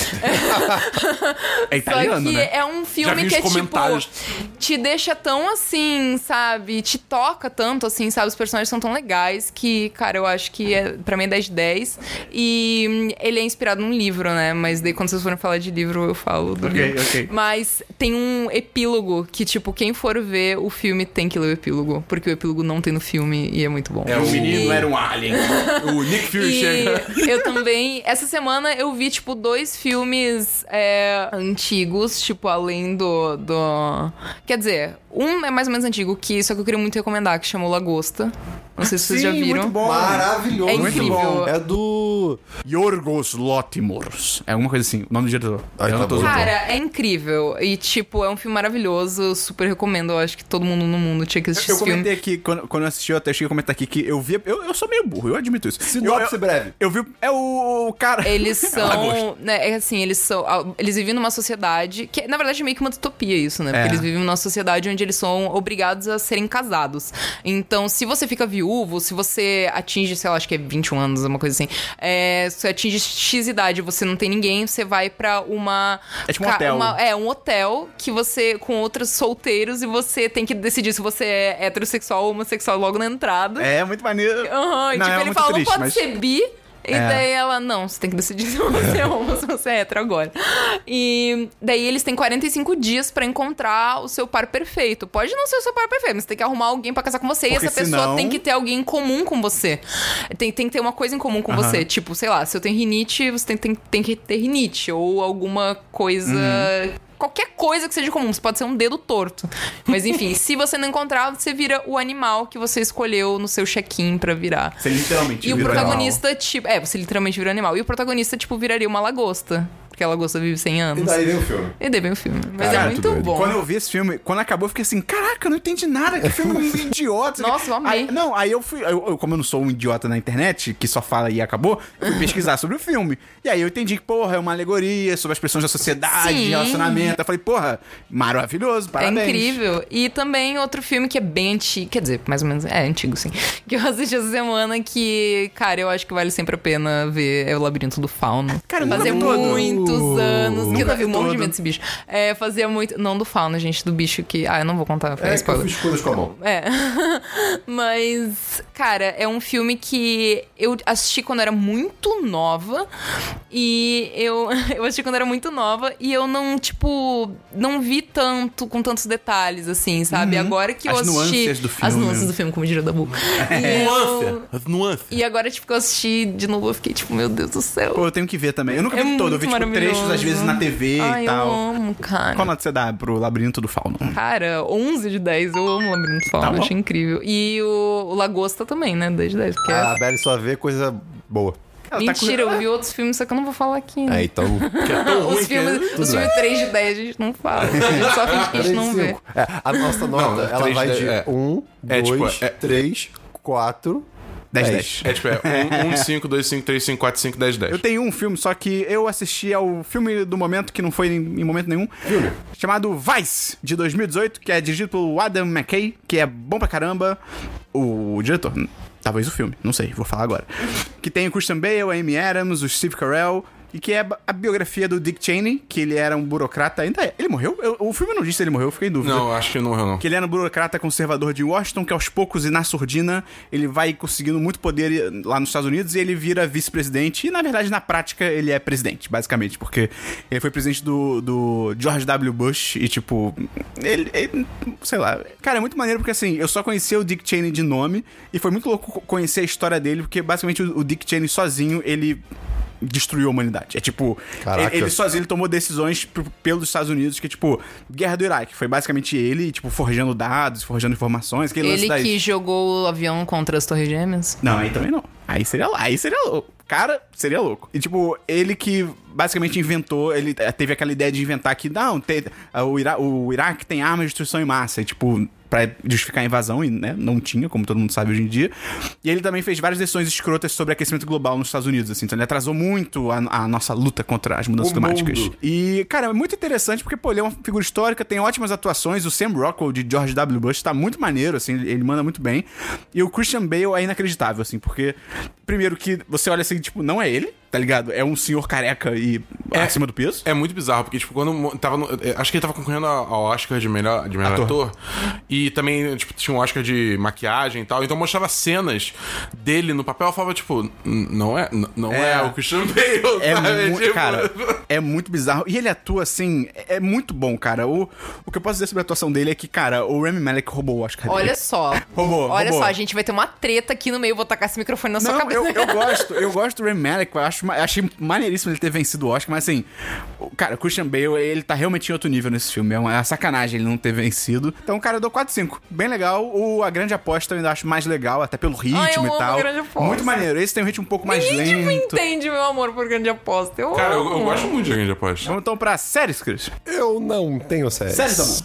Speaker 1: É
Speaker 3: Só
Speaker 1: italiano,
Speaker 3: que
Speaker 1: né?
Speaker 3: é um
Speaker 4: Já vi
Speaker 3: filme
Speaker 4: os
Speaker 3: que é tipo.
Speaker 4: comentários.
Speaker 3: Te deixa tão assim, sabe? Te toca tanto assim, sabe? Os personagens são tão legais que, cara, eu acho que é, pra mim é 10 de 10. E hum, ele é inspirado num livro, né? Mas daí quando vocês forem falar de livro, eu falo do
Speaker 1: Ok,
Speaker 3: livro.
Speaker 1: ok.
Speaker 3: Mas tem um epílogo que, tipo, quem for ver o filme tem que ler o epílogo. Porque o epílogo não tem no filme e é muito bom.
Speaker 4: É o menino
Speaker 1: um alien.
Speaker 4: O Nick Fury
Speaker 3: E
Speaker 4: chega.
Speaker 3: eu também. Essa semana eu vi, tipo, dois filmes é, antigos, tipo, além do, do. Quer dizer, um é mais ou menos antigo, que só que eu queria muito recomendar, que chamou Lagosta. Não sei se vocês
Speaker 1: Sim,
Speaker 3: já viram.
Speaker 1: muito bom.
Speaker 2: Maravilhoso.
Speaker 3: É
Speaker 1: Muito
Speaker 3: incrível.
Speaker 1: bom.
Speaker 2: É do.
Speaker 1: Yorgos Lotimors. É alguma coisa assim, o nome do diretor.
Speaker 2: Ah,
Speaker 1: Eu
Speaker 2: tá
Speaker 1: não tô
Speaker 2: bom.
Speaker 1: zoando.
Speaker 3: Cara, é incrível. E, tipo, é um filme maravilhoso. Eu super recomendo. Eu acho que todo mundo no mundo tinha que assistir
Speaker 1: Eu
Speaker 3: esse filme.
Speaker 1: comentei aqui, quando, quando eu assisti, eu até cheguei a comentar aqui que eu vi. Eu, eu sou meio burro, eu admito isso.
Speaker 2: Sinopse
Speaker 1: eu, eu,
Speaker 2: breve.
Speaker 1: Eu vi. É o, o cara.
Speaker 3: Eles
Speaker 1: Lagosta.
Speaker 3: são. Né, é assim, eles são. ah, Eles vivem numa sociedade. Que, na verdade, é meio que uma utopia isso, né? Porque
Speaker 1: É.
Speaker 3: eles vivem numa sociedade onde eles são obrigados a serem casados. Então, se você fica viúvo, se você atinge, sei lá, acho que é 21 anos, uma coisa assim. É, se você atinge X idade e você não tem ninguém, você vai pra uma.
Speaker 1: É tipo um
Speaker 3: ca-
Speaker 1: hotel.
Speaker 3: uma- é, um hotel que você. com outros solteiros e você tem que decidir se você é heterossexual ou homossexual logo na entrada.
Speaker 1: É, muito maneiro.
Speaker 3: Aham, e
Speaker 1: Não,
Speaker 3: tipo,
Speaker 1: é
Speaker 3: ele
Speaker 1: muito
Speaker 3: fala,
Speaker 1: triste,
Speaker 3: não pode
Speaker 1: mas-
Speaker 3: ser bi. E
Speaker 1: É.
Speaker 3: daí ela, não, você tem que decidir se você é homo ou se você é hétero agora. E daí eles têm 45 dias pra encontrar o seu par perfeito. Pode não ser o seu par perfeito, mas você tem que arrumar alguém pra casar com você.
Speaker 1: Porque
Speaker 3: e essa pessoa
Speaker 1: senão-
Speaker 3: tem que ter alguém em comum com você. Tem, tem que ter uma coisa em comum com você. Tipo, sei lá, se eu tenho rinite, você tem, tem, tem que ter rinite. Ou alguma coisa... Qualquer coisa que seja comum, você pode ser um dedo torto. Mas enfim, se você não encontrar, você vira o animal que você escolheu no seu check-in pra virar.
Speaker 1: Você literalmente
Speaker 3: E o
Speaker 1: virou
Speaker 3: protagonista, tipo. É, você literalmente vira animal. E o protagonista, tipo, viraria uma lagosta. Porque a lagosta vive 100
Speaker 2: E
Speaker 3: anos.
Speaker 2: daí vem o filme.
Speaker 3: E daí vem o filme. Mas
Speaker 2: Cara,
Speaker 3: é muito
Speaker 2: doido.
Speaker 3: bom.
Speaker 1: Quando eu vi esse filme, quando acabou, eu fiquei assim, caraca, eu não entendi nada, que filme idiota.
Speaker 3: Nossa, eu amei.
Speaker 1: Aí- não, aí eu fui, eu- eu, como eu não sou um idiota na internet, que só fala e acabou, eu fui pesquisar sobre o filme. E aí eu entendi que, porra, é uma alegoria sobre as pressões da sociedade,
Speaker 3: Sim.
Speaker 1: relacionamento. Eu falei, porra, maravilhoso,
Speaker 3: É
Speaker 1: parabéns.
Speaker 3: incrível. E também outro filme que é bem antigo, quer dizer, mais ou menos, é antigo sim, que eu assisti essa semana que, cara, eu acho que vale sempre a pena ver é o Labirinto do Fauno.
Speaker 1: Cara, eu nunca
Speaker 3: fazia
Speaker 1: vi um todo.
Speaker 3: muitos anos que eu
Speaker 1: Nunca
Speaker 3: tava
Speaker 1: vi
Speaker 3: um monte de
Speaker 1: todo.
Speaker 3: medo desse bicho. É, fazia muito, não do Fauno, gente, do bicho que, ah, eu não vou contar, foi
Speaker 2: É, que eu
Speaker 3: spoiler.
Speaker 2: fiz escuras com a mão.
Speaker 3: É. Mas, cara, é um filme que eu assisti quando era muito nova. E eu, eu assisti quando era muito nova. E eu não, tipo, não vi tanto, com tantos detalhes, assim, sabe? Agora que eu
Speaker 1: Uhum. As
Speaker 3: assisti.
Speaker 1: nuances do
Speaker 3: As
Speaker 1: filme.
Speaker 3: nuances do filme, como diria o Dabu. E eu-
Speaker 4: Nuance. Nuance.
Speaker 3: E agora, tipo, que eu assisti de novo, eu fiquei tipo, meu Deus do céu.
Speaker 1: Pô, eu tenho que ver também. Eu nunca
Speaker 3: É
Speaker 1: vi todo, eu vi
Speaker 3: muito
Speaker 1: tipo, trechos às
Speaker 3: maravilhoso.
Speaker 1: vezes na TV
Speaker 3: Ai,
Speaker 1: e
Speaker 3: eu
Speaker 1: tal.
Speaker 3: amo, cara.
Speaker 1: Qual nota você dá pro Labirinto do Fauno?
Speaker 3: Cara, 11 de 10. Eu amo o Labirinto
Speaker 1: Tá
Speaker 3: do Fauno,
Speaker 1: bom.
Speaker 3: achei incrível. E o, o Lagosta também, né? 10 de 10.
Speaker 1: Ah,
Speaker 3: Porque é
Speaker 2: A Belly só vê coisa boa.
Speaker 1: Ela tá com-
Speaker 3: Mentira, eu vi outros filmes, só que eu não vou falar aqui.
Speaker 2: É,
Speaker 3: Né?
Speaker 2: então.
Speaker 4: Que é tão ruim
Speaker 3: Os
Speaker 4: que
Speaker 3: filmes, os
Speaker 2: tudo
Speaker 3: filmes 3 de 10 a gente não fala. A gente só finge que a gente não vê.
Speaker 2: 5. É, a nossa nota, ela
Speaker 4: três,
Speaker 2: vai
Speaker 4: né,
Speaker 2: de
Speaker 4: é.
Speaker 2: 1,
Speaker 4: É, tipo,
Speaker 2: 2,
Speaker 4: é-
Speaker 2: 3, 4,
Speaker 1: 10, 10.
Speaker 4: É tipo, é 1, 5, 2, 5, 3, 5, 4, 5, 10, 10.
Speaker 1: Eu tenho um filme, só que eu assisti ao filme do momento, que não foi em, em momento nenhum. Filme. Chamado Vice, de 2018, que é dirigido pelo Adam McKay, que é bom pra caramba. O diretor, hum, talvez o filme, não sei, vou falar agora. Que tem o Christian Bale, a Amy Adams, o Steve Carell... E que é a biografia do Dick Cheney, que ele era um burocrata ainda. é. Ele morreu? Eu- o filme não disse se ele morreu, eu fiquei em dúvida.
Speaker 4: Não, acho que não morreu, não.
Speaker 1: Que ele era um burocrata conservador de Washington, que aos poucos e na surdina ele vai conseguindo muito poder lá nos Estados Unidos e ele vira vice-presidente. E na verdade, na prática, ele é presidente, basicamente, porque ele foi presidente do, do George W. Bush e tipo. Ele, ele- Sei lá. Cara, é muito maneiro porque assim, eu só conhecia o Dick Cheney de nome e foi muito louco co- conhecer a história dele, porque basicamente o o Dick Cheney sozinho ele. Destruiu a humanidade. É tipo,
Speaker 2: Caraca.
Speaker 1: ele, ele sozinho ele tomou decisões p- pelos Estados Unidos que, tipo, guerra do Iraque. Foi basicamente ele, tipo, forjando dados, forjando informações. Aquele lance
Speaker 3: Ele
Speaker 1: das-
Speaker 3: que jogou o avião contra as Torres Gêmeas.
Speaker 1: Não, aí também não. Aí seria, aí seria louco. Cara, seria louco. E, tipo, ele que basicamente inventou, ele eh, teve aquela ideia de inventar que, não, tem- ah, o, Ira- o Iraque tem armas de destruição em massa. E, tipo, pra justificar a invasão, e né, não tinha, como todo mundo sabe hoje em dia. E ele também fez várias decisões escrotas sobre aquecimento global nos Estados Unidos, assim. Então ele atrasou muito a, a nossa luta contra as mudanças
Speaker 2: O
Speaker 1: climáticas.
Speaker 2: mundo.
Speaker 1: E, cara, é muito interessante porque, pô, ele é uma figura histórica, tem ótimas atuações. O Sam Rockwell de George W. Bush tá muito maneiro, assim, ele manda muito bem. E o Christian Bale é inacreditável, assim, porque, primeiro que você olha assim, tipo, não é ele, tá ligado? É um senhor careca e
Speaker 4: É.
Speaker 1: acima do peso.
Speaker 4: É muito bizarro, porque, tipo, quando mo- tava no- eh, Acho que ele tava concorrendo ao ao Oscar de melhor, de melhor ator.
Speaker 1: Ator.
Speaker 4: E também, tipo, tinha um Oscar de maquiagem e tal. Então mostrava cenas dele no papel. Eu falava, tipo, "N- não é, n- não é.
Speaker 1: É.
Speaker 4: o Christian Bale,
Speaker 1: É
Speaker 4: sabe?
Speaker 1: muito,
Speaker 4: Tipo,
Speaker 1: cara, é muito bizarro. E ele atua assim, é é muito bom, cara. O, o que eu posso dizer sobre a atuação dele é que, cara, o Remy Malek roubou o Oscar dele.
Speaker 3: Olha só.
Speaker 1: Roubou,
Speaker 3: Olha
Speaker 1: roubou.
Speaker 3: só, a gente vai ter uma treta aqui no meio, vou tacar esse microfone na sua
Speaker 1: Não,
Speaker 3: cabeça.
Speaker 1: eu, eu gosto, eu gosto do Rami Malek, eu acho, ma- eu achei maneiríssimo ele ter vencido o Oscar, mas assim, o- cara, o Christian Bale, ele tá realmente em outro nível nesse filme, é uma, é uma sacanagem ele não ter vencido. Então, cara, eu dou 4-5, bem legal, o A Grande Aposta eu ainda acho mais legal, até pelo ritmo
Speaker 3: eu amo
Speaker 1: e
Speaker 3: A
Speaker 1: tal.
Speaker 3: Grande Aposta.
Speaker 1: Muito maneiro, esse tem um ritmo um pouco mais
Speaker 3: Ninguém tipo,
Speaker 1: lento.
Speaker 3: entende meu amor por grande aposta. Eu
Speaker 4: Cara, eu,
Speaker 3: amo.
Speaker 4: eu gosto muito de grande aposta.
Speaker 1: Vamos então pra séries, Cris.
Speaker 2: Eu não tenho séries.
Speaker 1: Séries, Samu.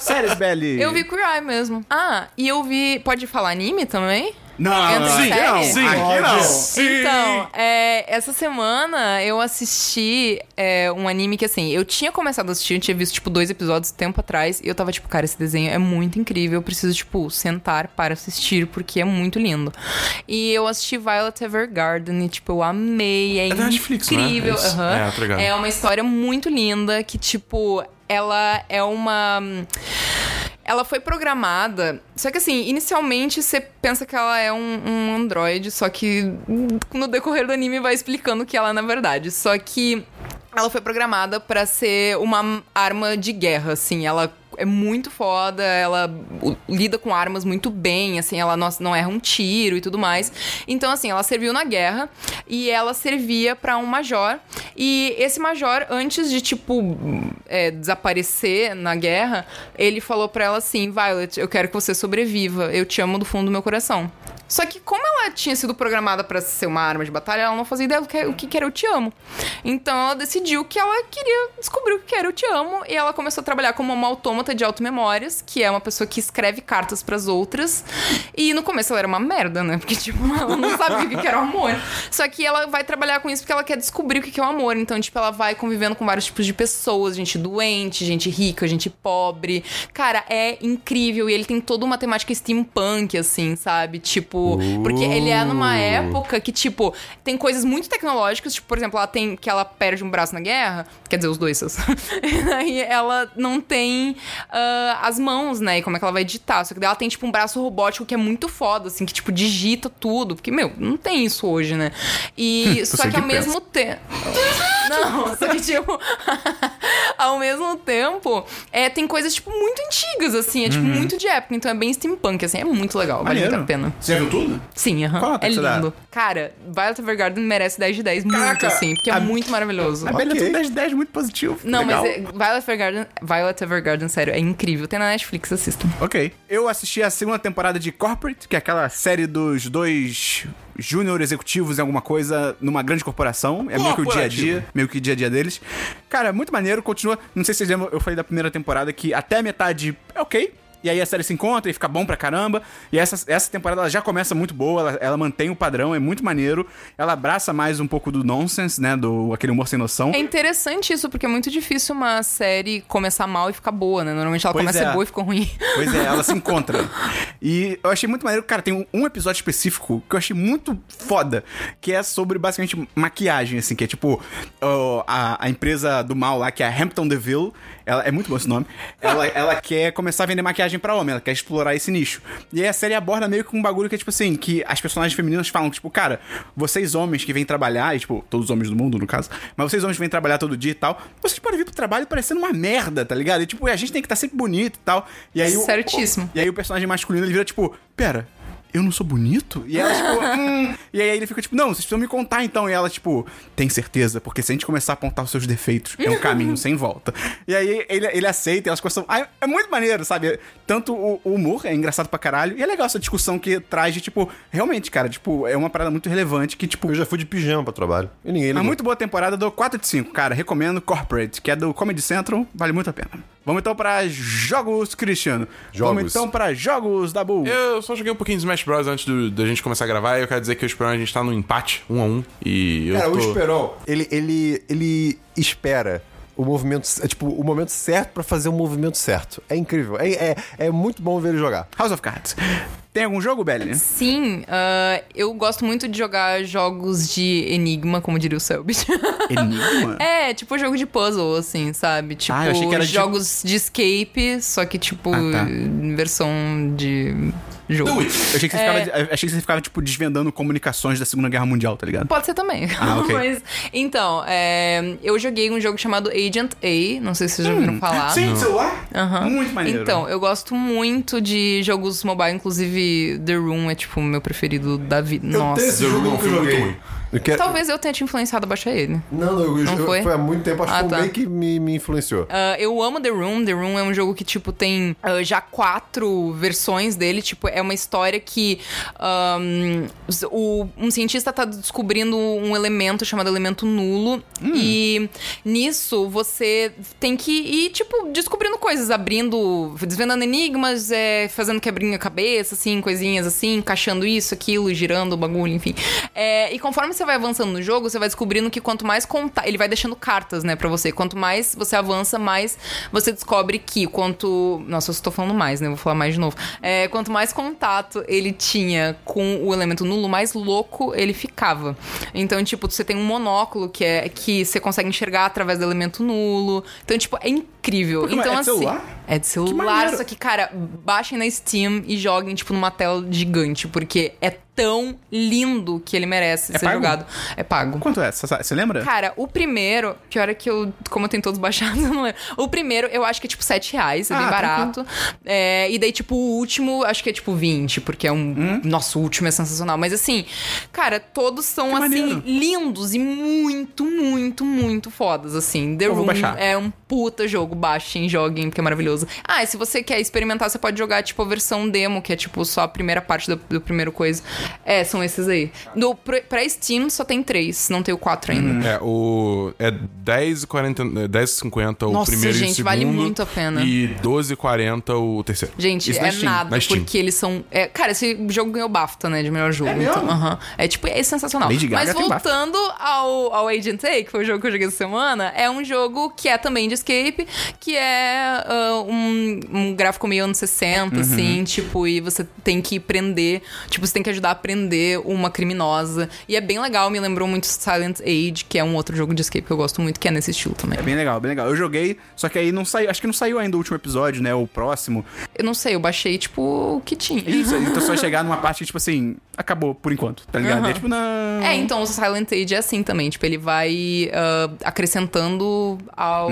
Speaker 1: Séries, Belly.
Speaker 3: Eu vi Queer Eye mesmo. Ah, e eu vi. Pode falar anime também?
Speaker 1: Não,
Speaker 3: Entra em
Speaker 1: sim,
Speaker 3: série?
Speaker 1: não,
Speaker 4: Sim,
Speaker 1: aqui
Speaker 4: pode
Speaker 1: não.
Speaker 4: sim.
Speaker 3: Então, é, essa semana eu assisti é, um anime que, assim, eu tinha começado a assistir, eu tinha visto, tipo, dois episódios tempo atrás, e eu tava, tipo, cara, esse desenho é muito incrível, eu preciso, tipo, sentar para assistir, porque é muito lindo. E eu assisti Violet Evergarden e, tipo, eu amei, é,
Speaker 4: É da Netflix, né?
Speaker 3: incrível.
Speaker 4: É isso.
Speaker 3: aham.
Speaker 4: É, tá ligado.
Speaker 3: é uma história muito linda que, tipo, ela é uma ela foi programada. Só que assim, inicialmente você pensa que ela é um, um androide, só que hum, no decorrer do anime vai explicando que ela é na verdade. Só que ela foi programada pra ser uma arma de guerra, assim, ela é muito foda, ela u- lida com armas muito bem, assim, ela não, não erra um tiro e tudo mais. Então, assim, ela serviu na guerra e ela servia pra um major. E esse major, antes de, tipo, é, desaparecer na guerra, ele falou pra ela assim: Violet, eu quero que você sobreviva, eu te amo do fundo do meu coração. Só que como ela tinha sido programada pra ser uma arma de batalha, ela não fazia ideia do que, o que que era eu te amo. Então ela decidiu que ela queria descobrir o que era eu te amo e ela começou a trabalhar como uma autômata de auto-memórias, que é uma pessoa que escreve cartas pras outras. E no começo ela era uma merda, né? Porque tipo, ela não sabia o que que era o amor. Só que ela vai trabalhar com isso porque ela quer descobrir o que que é o amor. Então, tipo, ela vai convivendo com vários tipos de pessoas, gente doente, gente rica, gente pobre. Cara, é incrível e ele tem toda uma temática steampunk assim, sabe? Tipo, porque ele é numa época que tipo tem coisas muito tecnológicas, tipo, por exemplo, ela tem que ela perde um braço na guerra, quer dizer, os dois. seus. e daí ela não tem ah, as mãos, né? E como é que ela vai digitar? Só que daí ela tem tipo um braço robótico que é muito foda, assim, que tipo digita tudo, porque meu, não tem isso hoje, né? E só
Speaker 1: sei
Speaker 3: que,
Speaker 1: que
Speaker 3: ao mesmo tempo não, só que, tipo, ao mesmo tempo, é, tem coisas, tipo, muito antigas, assim, é, tipo,
Speaker 1: Uhum.
Speaker 3: muito de época, então é bem steampunk, assim, é muito legal, vale muito a pena.
Speaker 1: Você já viu tudo?
Speaker 3: Sim, aham,
Speaker 1: Qual nota
Speaker 3: é
Speaker 1: que você dá?
Speaker 3: lindo. Cara, Violet Evergarden merece 10 de 10, muito,
Speaker 1: Caraca,
Speaker 3: assim, porque é
Speaker 1: a-
Speaker 3: muito maravilhoso.
Speaker 1: A Belly é tudo 10 10, muito positivo.
Speaker 3: Não,
Speaker 1: legal.
Speaker 3: mas é, Violet Evergarden, Violet Evergarden, sério, é incrível, tem na Netflix, assistam.
Speaker 1: Ok. Eu assisti a segunda temporada de Corporate, que é aquela série dos dois júnior executivos em alguma coisa numa grande corporação. É meio que o dia a dia, meio que o dia a dia deles. Cara, muito maneiro, continua. Não sei se vocês lembram, eu falei da primeira temporada que até a metade é ok. E aí a série se encontra e fica bom pra caramba. E essa, essa temporada ela já começa muito boa, ela, ela mantém o padrão, é muito maneiro. Ela abraça mais um pouco do nonsense, né? Do aquele humor sem noção.
Speaker 3: É interessante isso, porque é muito difícil uma série começar mal e ficar boa, né? Normalmente ela
Speaker 1: Pois
Speaker 3: começa
Speaker 1: é.
Speaker 3: boa e fica ruim.
Speaker 1: Pois é, ela se encontra. E eu achei muito maneiro, cara, tem um- um episódio específico que eu achei muito foda, que é sobre basicamente maquiagem, assim, que é tipo ó, a, a empresa do mal lá, que é a Hampton Deville, ela é muito bom esse nome. Ela, ela quer começar a vender maquiagem pra homem, ela quer explorar esse nicho. E aí a série aborda meio que um bagulho que é tipo assim, que as personagens femininas falam, tipo, cara, vocês homens que vêm trabalhar, e, tipo, todos os homens do mundo, no caso, mas vocês homens que vêm trabalhar todo dia e tal, vocês podem vir pro trabalho parecendo uma merda, tá ligado? E tipo, a gente tem que estar sempre bonito e tal. E aí o-
Speaker 3: Certíssimo.
Speaker 1: e aí o personagem masculino ele vira tipo, pera, eu não sou bonito? E ela, tipo, hum. E aí ele fica tipo, não, vocês precisam me contar então. E ela, tipo, tem certeza, porque se a gente começar a apontar os seus defeitos, é um caminho sem volta. E aí ele, ele aceita e elas começam. Ah, é muito maneiro, sabe? Tanto o, o humor é engraçado pra caralho. E é legal essa discussão que traz de, tipo, realmente, cara, tipo, é uma parada muito relevante que, tipo.
Speaker 2: Eu já fui de pijama pra trabalho. E ninguém
Speaker 1: É
Speaker 2: ligou.
Speaker 1: muito boa temporada, dou 4 de 5, cara. Recomendo Corporate, que é do Comedy Central, vale muito a pena. Vamos então pra jogos, Cristiano. Vamos
Speaker 2: Jogos.
Speaker 1: então pra jogos da Bull.
Speaker 4: Eu só joguei um pouquinho de Smash Bros. antes do- da gente começar a gravar. E eu quero dizer que o Esperão a gente tá no empate, um a um. E eu
Speaker 2: Cara,
Speaker 4: tô...
Speaker 2: o Esperon, ele, ele, ele espera o movimento, é, tipo, o momento certo pra fazer o movimento certo. É incrível. É, é, é muito bom ver ele jogar.
Speaker 1: House of Cards. Tem algum jogo, Belly?
Speaker 3: É Sim, ah, eu gosto muito de jogar jogos de enigma, como diria o Selbit.
Speaker 1: Enigma?
Speaker 3: é, tipo jogo de puzzle, assim, sabe? Tipo,
Speaker 1: Ah, eu achei que era de-
Speaker 3: jogos de... escape, só que tipo,
Speaker 1: Ah, tá.
Speaker 3: versão de jogo.
Speaker 1: Eu achei que, você
Speaker 3: é
Speaker 1: ficava, eu achei que você ficava, tipo, desvendando comunicações da Segunda Guerra Mundial, tá ligado?
Speaker 3: Pode ser também.
Speaker 1: Ah, ok.
Speaker 3: Mas, então, é, eu joguei um jogo chamado Agent A, não sei se vocês já ouviram falar.
Speaker 1: Hum. Sim, celular? Muito maneiro.
Speaker 3: Então, eu gosto muito de jogos mobile, inclusive The Room é tipo o meu preferido da vida. Nossa.
Speaker 4: esse jogo
Speaker 2: um
Speaker 4: nunca joguei.
Speaker 2: Eu quero-
Speaker 3: Talvez eu tenha te influenciado a baixar ele.
Speaker 2: Não, não, eu, eu-
Speaker 3: foi?
Speaker 2: foi há muito tempo, acho
Speaker 3: Ah,
Speaker 2: que foi
Speaker 3: tá.
Speaker 2: o meio que me, me influenciou.
Speaker 3: Ah, eu amo The Room. The Room é um jogo que, tipo, tem ah, já quatro versões dele. Tipo, é uma história que ahm, s- o- um cientista tá descobrindo um elemento chamado elemento nulo. E nisso você tem que ir, tipo, descobrindo coisas, abrindo, desvendando enigmas, é, fazendo quebrinha cabeça, assim, coisinhas assim, encaixando isso, aquilo, girando o bagulho, enfim. É, e conforme você vai avançando no jogo, você vai descobrindo que quanto mais contar. Ele vai deixando cartas, né, pra você. Quanto mais você avança, mais você descobre que quanto. Nossa, eu estou falando mais, né? Vou falar mais de novo. É, quanto mais contato ele tinha com o elemento nulo, mais louco ele ficava. Então, tipo, você tem um monóculo que é que você consegue enxergar através do elemento nulo. Então, tipo, é incrível.
Speaker 1: Porque, mas
Speaker 3: então,
Speaker 1: é de
Speaker 3: assim.
Speaker 1: celular?
Speaker 3: É de celular,
Speaker 1: maneiro.
Speaker 3: só que, cara, baixem na Steam e joguem, tipo, numa tela gigante, porque é tão lindo que ele merece
Speaker 1: É
Speaker 3: ser
Speaker 1: pago?
Speaker 3: jogado. É pago.
Speaker 1: Quanto é? Você- Você lembra?
Speaker 3: Cara, o primeiro, pior é que eu, como eu tenho todos baixados, eu não lembro. O primeiro eu acho que é tipo R$ 7 reais, é
Speaker 1: Ah,
Speaker 3: bem barato. É, e daí, tipo, o último, acho que é tipo 20, porque é um.
Speaker 1: Hum?
Speaker 3: Nossa, o último é sensacional. Mas assim, cara, todos são
Speaker 1: Que
Speaker 3: assim,
Speaker 1: maneiro.
Speaker 3: lindos e muito, muito, muito fodas, assim. The
Speaker 1: Eu vou
Speaker 3: Room
Speaker 1: baixar.
Speaker 3: é um puta jogo. Baixem, joguem, porque é maravilhoso. Ah, e se você quer experimentar, você pode jogar, tipo, a versão demo, que é tipo só a primeira parte do, do primeiro coisa. É, são esses aí. No, pra pra Steam só tem três, não tem o quatro ainda.
Speaker 4: É, o. É 10,40 10,50 o
Speaker 3: Nossa,
Speaker 4: primeiro e o
Speaker 3: gente,
Speaker 4: segundo.
Speaker 3: vale muito a pena.
Speaker 4: E 12,40 o terceiro.
Speaker 3: Gente,
Speaker 4: Isso na
Speaker 3: é
Speaker 4: Steam,
Speaker 3: nada,
Speaker 4: na Steam.
Speaker 3: porque eles são. é, cara, esse jogo ganhou BAFTA, né? De melhor jogo. É, então, aham. é tipo, é sensacional.
Speaker 1: Lady Gaga
Speaker 3: Mas
Speaker 1: tem BAFTA.
Speaker 3: voltando ao, ao Agent Take, que foi o jogo que eu joguei essa semana, é um jogo que é também de escape, que é ah, um, um gráfico meio anos 60, assim, tipo, e você tem que prender, tipo, você tem que ajudar a prender uma criminosa. E é bem legal, me lembrou muito Silent Age, que é um outro jogo de escape que eu gosto muito, que é nesse estilo também.
Speaker 1: É bem legal, bem legal. Eu joguei, só que aí não saiu. Acho que não saiu ainda o último episódio, né? O próximo.
Speaker 3: Eu não sei, eu baixei, tipo, o que tinha.
Speaker 1: Isso, então só chegar numa parte que, tipo assim, acabou por enquanto, tá ligado?
Speaker 3: Aham.
Speaker 1: E é tipo, não.
Speaker 3: É, então o Silent Age é assim também, tipo, ele vai ah, acrescentando ao,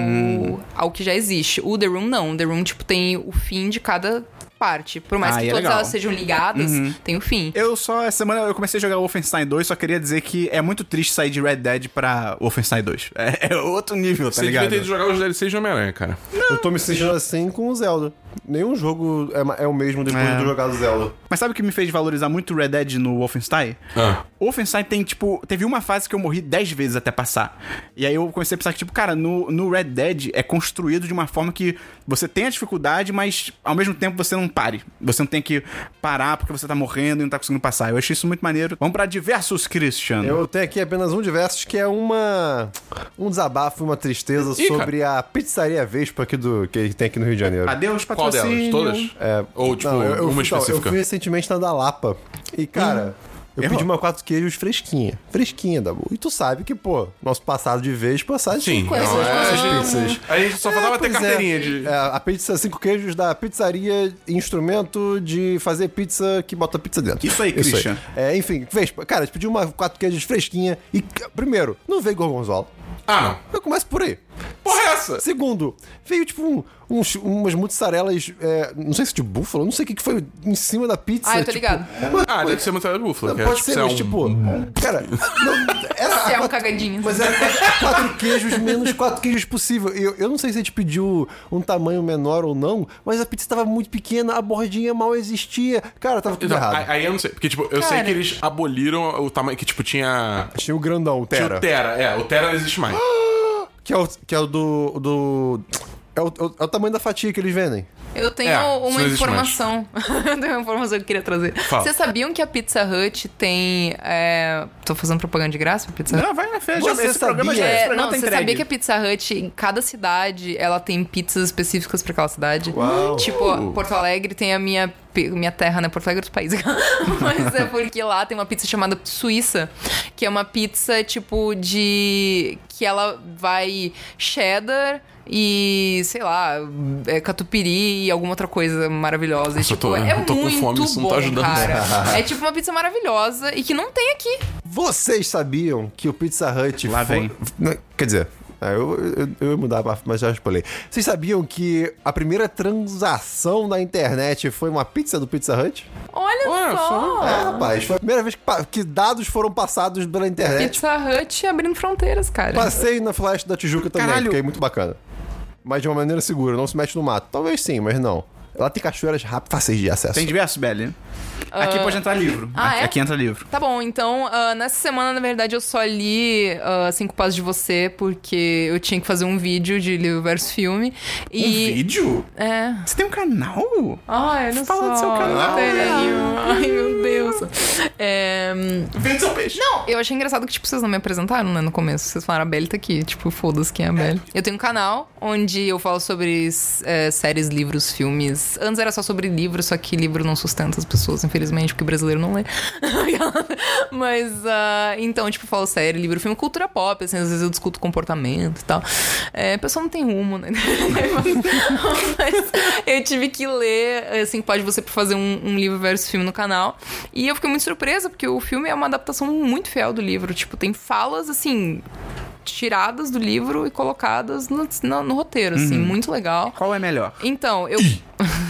Speaker 3: ao que já existe. O The Room não, o The Room, tipo, tem o fim de cada parte. Por mais
Speaker 1: Ah,
Speaker 3: que
Speaker 1: e é
Speaker 3: todas
Speaker 1: legal.
Speaker 3: elas sejam ligadas, tem o fim.
Speaker 1: Eu só, essa semana eu comecei a jogar Wolfenstein 2, só queria dizer que é muito triste sair de Red Dead pra Wolfenstein 2. É, é outro nível, tá
Speaker 4: Você devia
Speaker 1: ligado?
Speaker 4: ter ido jogar os DLCs de Homem-Aranha, cara.
Speaker 2: Eu tô me sentindo assim com o Zelda. Nenhum jogo é, ma- é o mesmo depois
Speaker 1: É.
Speaker 2: de jogar Zelda.
Speaker 1: Mas sabe o que me fez valorizar muito Red Dead no Wolfenstein?
Speaker 4: Ah.
Speaker 1: O Wolfenstein tem, tipo, teve uma fase que eu morri 10 vezes até passar. E aí eu comecei a pensar que, tipo, cara, no, no Red Dead é construído de uma forma que você tem a dificuldade, mas ao mesmo tempo você não pare. Você não tem que parar porque você tá morrendo e não tá conseguindo passar. Eu achei isso muito maneiro. Vamos pra diversos, Christian.
Speaker 2: Eu tenho aqui apenas um de versos que é uma um desabafo, uma tristeza
Speaker 4: Ih, cara.
Speaker 2: sobre a pizzaria Vespa aqui do que tem aqui no Rio de Janeiro.
Speaker 1: Adeus,
Speaker 4: Qual
Speaker 1: patrocínio.
Speaker 4: delas? Todas? Ou, tipo,
Speaker 2: É, Não, eu- eu
Speaker 4: uma
Speaker 2: fui- não,
Speaker 4: específica? Hum,
Speaker 2: eu fui recentemente na da Lapa. E, cara, eu
Speaker 1: Errou.
Speaker 2: pedi uma quatro queijos fresquinha. Fresquinha, Dabu. E tu sabe que, pô, nosso passado de Vespa sabe
Speaker 4: Sim.
Speaker 2: com essas
Speaker 4: Não, é-
Speaker 2: nossas
Speaker 4: a
Speaker 2: pizzas.
Speaker 4: gente- a gente só faltava ter
Speaker 2: pois
Speaker 4: carteirinha
Speaker 2: é.
Speaker 4: de-
Speaker 2: É, a pizza cinco queijos da pizzaria instrumento de fazer pizza que bota pizza dentro.
Speaker 1: Isso aí, Christian.
Speaker 2: É, enfim, Vespa. Cara, te pedi uma quatro queijos fresquinha e, c- primeiro, não veio gorgonzola.
Speaker 4: Ah, não.
Speaker 2: Eu começo por aí.
Speaker 4: Porra, é essa?
Speaker 2: Segundo, veio tipo um- uns- umas mussarelas, é, não sei se de búfalo, não sei o que, que foi em cima da pizza.
Speaker 3: Ah, eu tô
Speaker 2: tipo,
Speaker 3: ligado.
Speaker 2: uma
Speaker 4: Ah,
Speaker 2: coisa-
Speaker 4: deve ser muita búfala. que é,
Speaker 2: Pode ser,
Speaker 4: se é
Speaker 2: mas
Speaker 4: um-
Speaker 2: tipo. Cara, não, era
Speaker 3: Se é um cagadinho.
Speaker 2: mas era quatro, quatro queijos menos quatro queijos possível. Eu, eu não sei se a gente pediu um tamanho menor ou não, mas a pizza tava muito pequena, a bordinha mal existia. Cara, tava tudo
Speaker 4: Então,
Speaker 2: errado.
Speaker 4: aí- aí eu não sei. Porque, tipo, eu sei
Speaker 3: Cara.
Speaker 4: que eles aboliram o tamanho que, tipo, tinha.
Speaker 2: Tinha o grandão, o
Speaker 4: Tinha
Speaker 2: Tera.
Speaker 4: o Tera. É, o Tera não existe mais.
Speaker 2: Que é o, que é o do. do é, o, é o tamanho da fatia que eles vendem.
Speaker 3: Eu tenho
Speaker 4: É, isso
Speaker 3: uma
Speaker 4: não existe
Speaker 3: informação. Eu tenho uma informação que eu queria trazer.
Speaker 4: Fala.
Speaker 3: Vocês sabiam que a Pizza Hut tem. é, Tô fazendo propaganda de graça pra Pizza Hut?
Speaker 1: Não, vai na fé.
Speaker 2: Você
Speaker 1: esse programa
Speaker 2: sabia?
Speaker 1: já esse
Speaker 3: É,
Speaker 1: programa
Speaker 3: não,
Speaker 1: tá
Speaker 3: você
Speaker 1: entregue.
Speaker 3: sabia que a Pizza Hut, em cada cidade, ela tem pizzas específicas pra aquela cidade?
Speaker 2: Uau.
Speaker 3: Tipo, Porto Alegre tem a minha, pi- minha terra, né? Porto Alegre é outro país. Mas é porque lá tem uma pizza chamada Suíça, que é uma pizza, tipo, de... Que ela vai cheddar e, sei lá, é, catupiry e alguma outra coisa maravilhosa. E,
Speaker 4: Nossa, eu
Speaker 3: tipo,
Speaker 4: tô-
Speaker 3: é
Speaker 4: eu tô com
Speaker 3: muito
Speaker 4: fome,
Speaker 3: bom,
Speaker 4: isso não tá ajudando.
Speaker 3: cara. é tipo uma pizza maravilhosa e que não tem aqui.
Speaker 2: Vocês sabiam que o Pizza Hut.
Speaker 1: Lá
Speaker 2: foi-
Speaker 1: vem.
Speaker 2: Não, Quer dizer, ah, eu, eu, eu ia mudar, mas já espalhei. Vocês sabiam que a primeira transação na internet foi uma pizza do Pizza Hut?
Speaker 3: Olha
Speaker 4: Olha
Speaker 3: só!
Speaker 4: só.
Speaker 2: É, rapaz, foi a primeira vez que, pa- que dados foram passados pela internet.
Speaker 3: Pizza Hut abrindo fronteiras, cara.
Speaker 2: Passei na Flash da Tijuca também,
Speaker 1: Caralho.
Speaker 2: fiquei muito bacana. Mas de uma maneira segura, não se mete no mato. Talvez sim, mas não. Ela tem cachoeiras rápidas, fáceis de acesso.
Speaker 1: Tem diversos, Belly. Aqui pode entrar livro.
Speaker 3: ah,
Speaker 1: aqui,
Speaker 3: é?
Speaker 1: aqui entra livro.
Speaker 3: Tá bom, então, ah, nessa semana, na verdade, eu só li ah, Cinco Passos de Você, porque eu tinha que fazer um vídeo de livro versus filme. E.
Speaker 1: Um vídeo?
Speaker 3: É.
Speaker 1: Você tem um canal?
Speaker 3: Ai, olha
Speaker 1: Fala do seu
Speaker 3: só,
Speaker 1: canal. né?
Speaker 3: tenho. Ai, meu Deus. É,
Speaker 4: Vende seu peixe.
Speaker 3: Não, eu achei engraçado que, tipo, vocês não me apresentaram, né, no começo. Vocês falaram, a Belly tá aqui. Tipo, foda-se quem é a Belly. Eu tenho um canal onde eu falo sobre é, séries, livros, filmes. Antes era só sobre livros, só que livro não sustenta as pessoas, infelizmente, porque brasileiro não lê. Mas, ah, então, tipo, eu falo série, livro, filme, cultura pop, assim, às vezes eu discuto comportamento e tal. É, a pessoa não tem rumo, né? Mas eu tive que ler, assim, pode você pra fazer um, um livro versus filme no canal. E eu fiquei muito surpresa, porque o filme é uma adaptação muito fiel do livro. Tipo, tem falas, assim, tiradas do livro e colocadas no, no- no roteiro, assim, muito legal.
Speaker 1: Qual é melhor?
Speaker 3: Então, eu.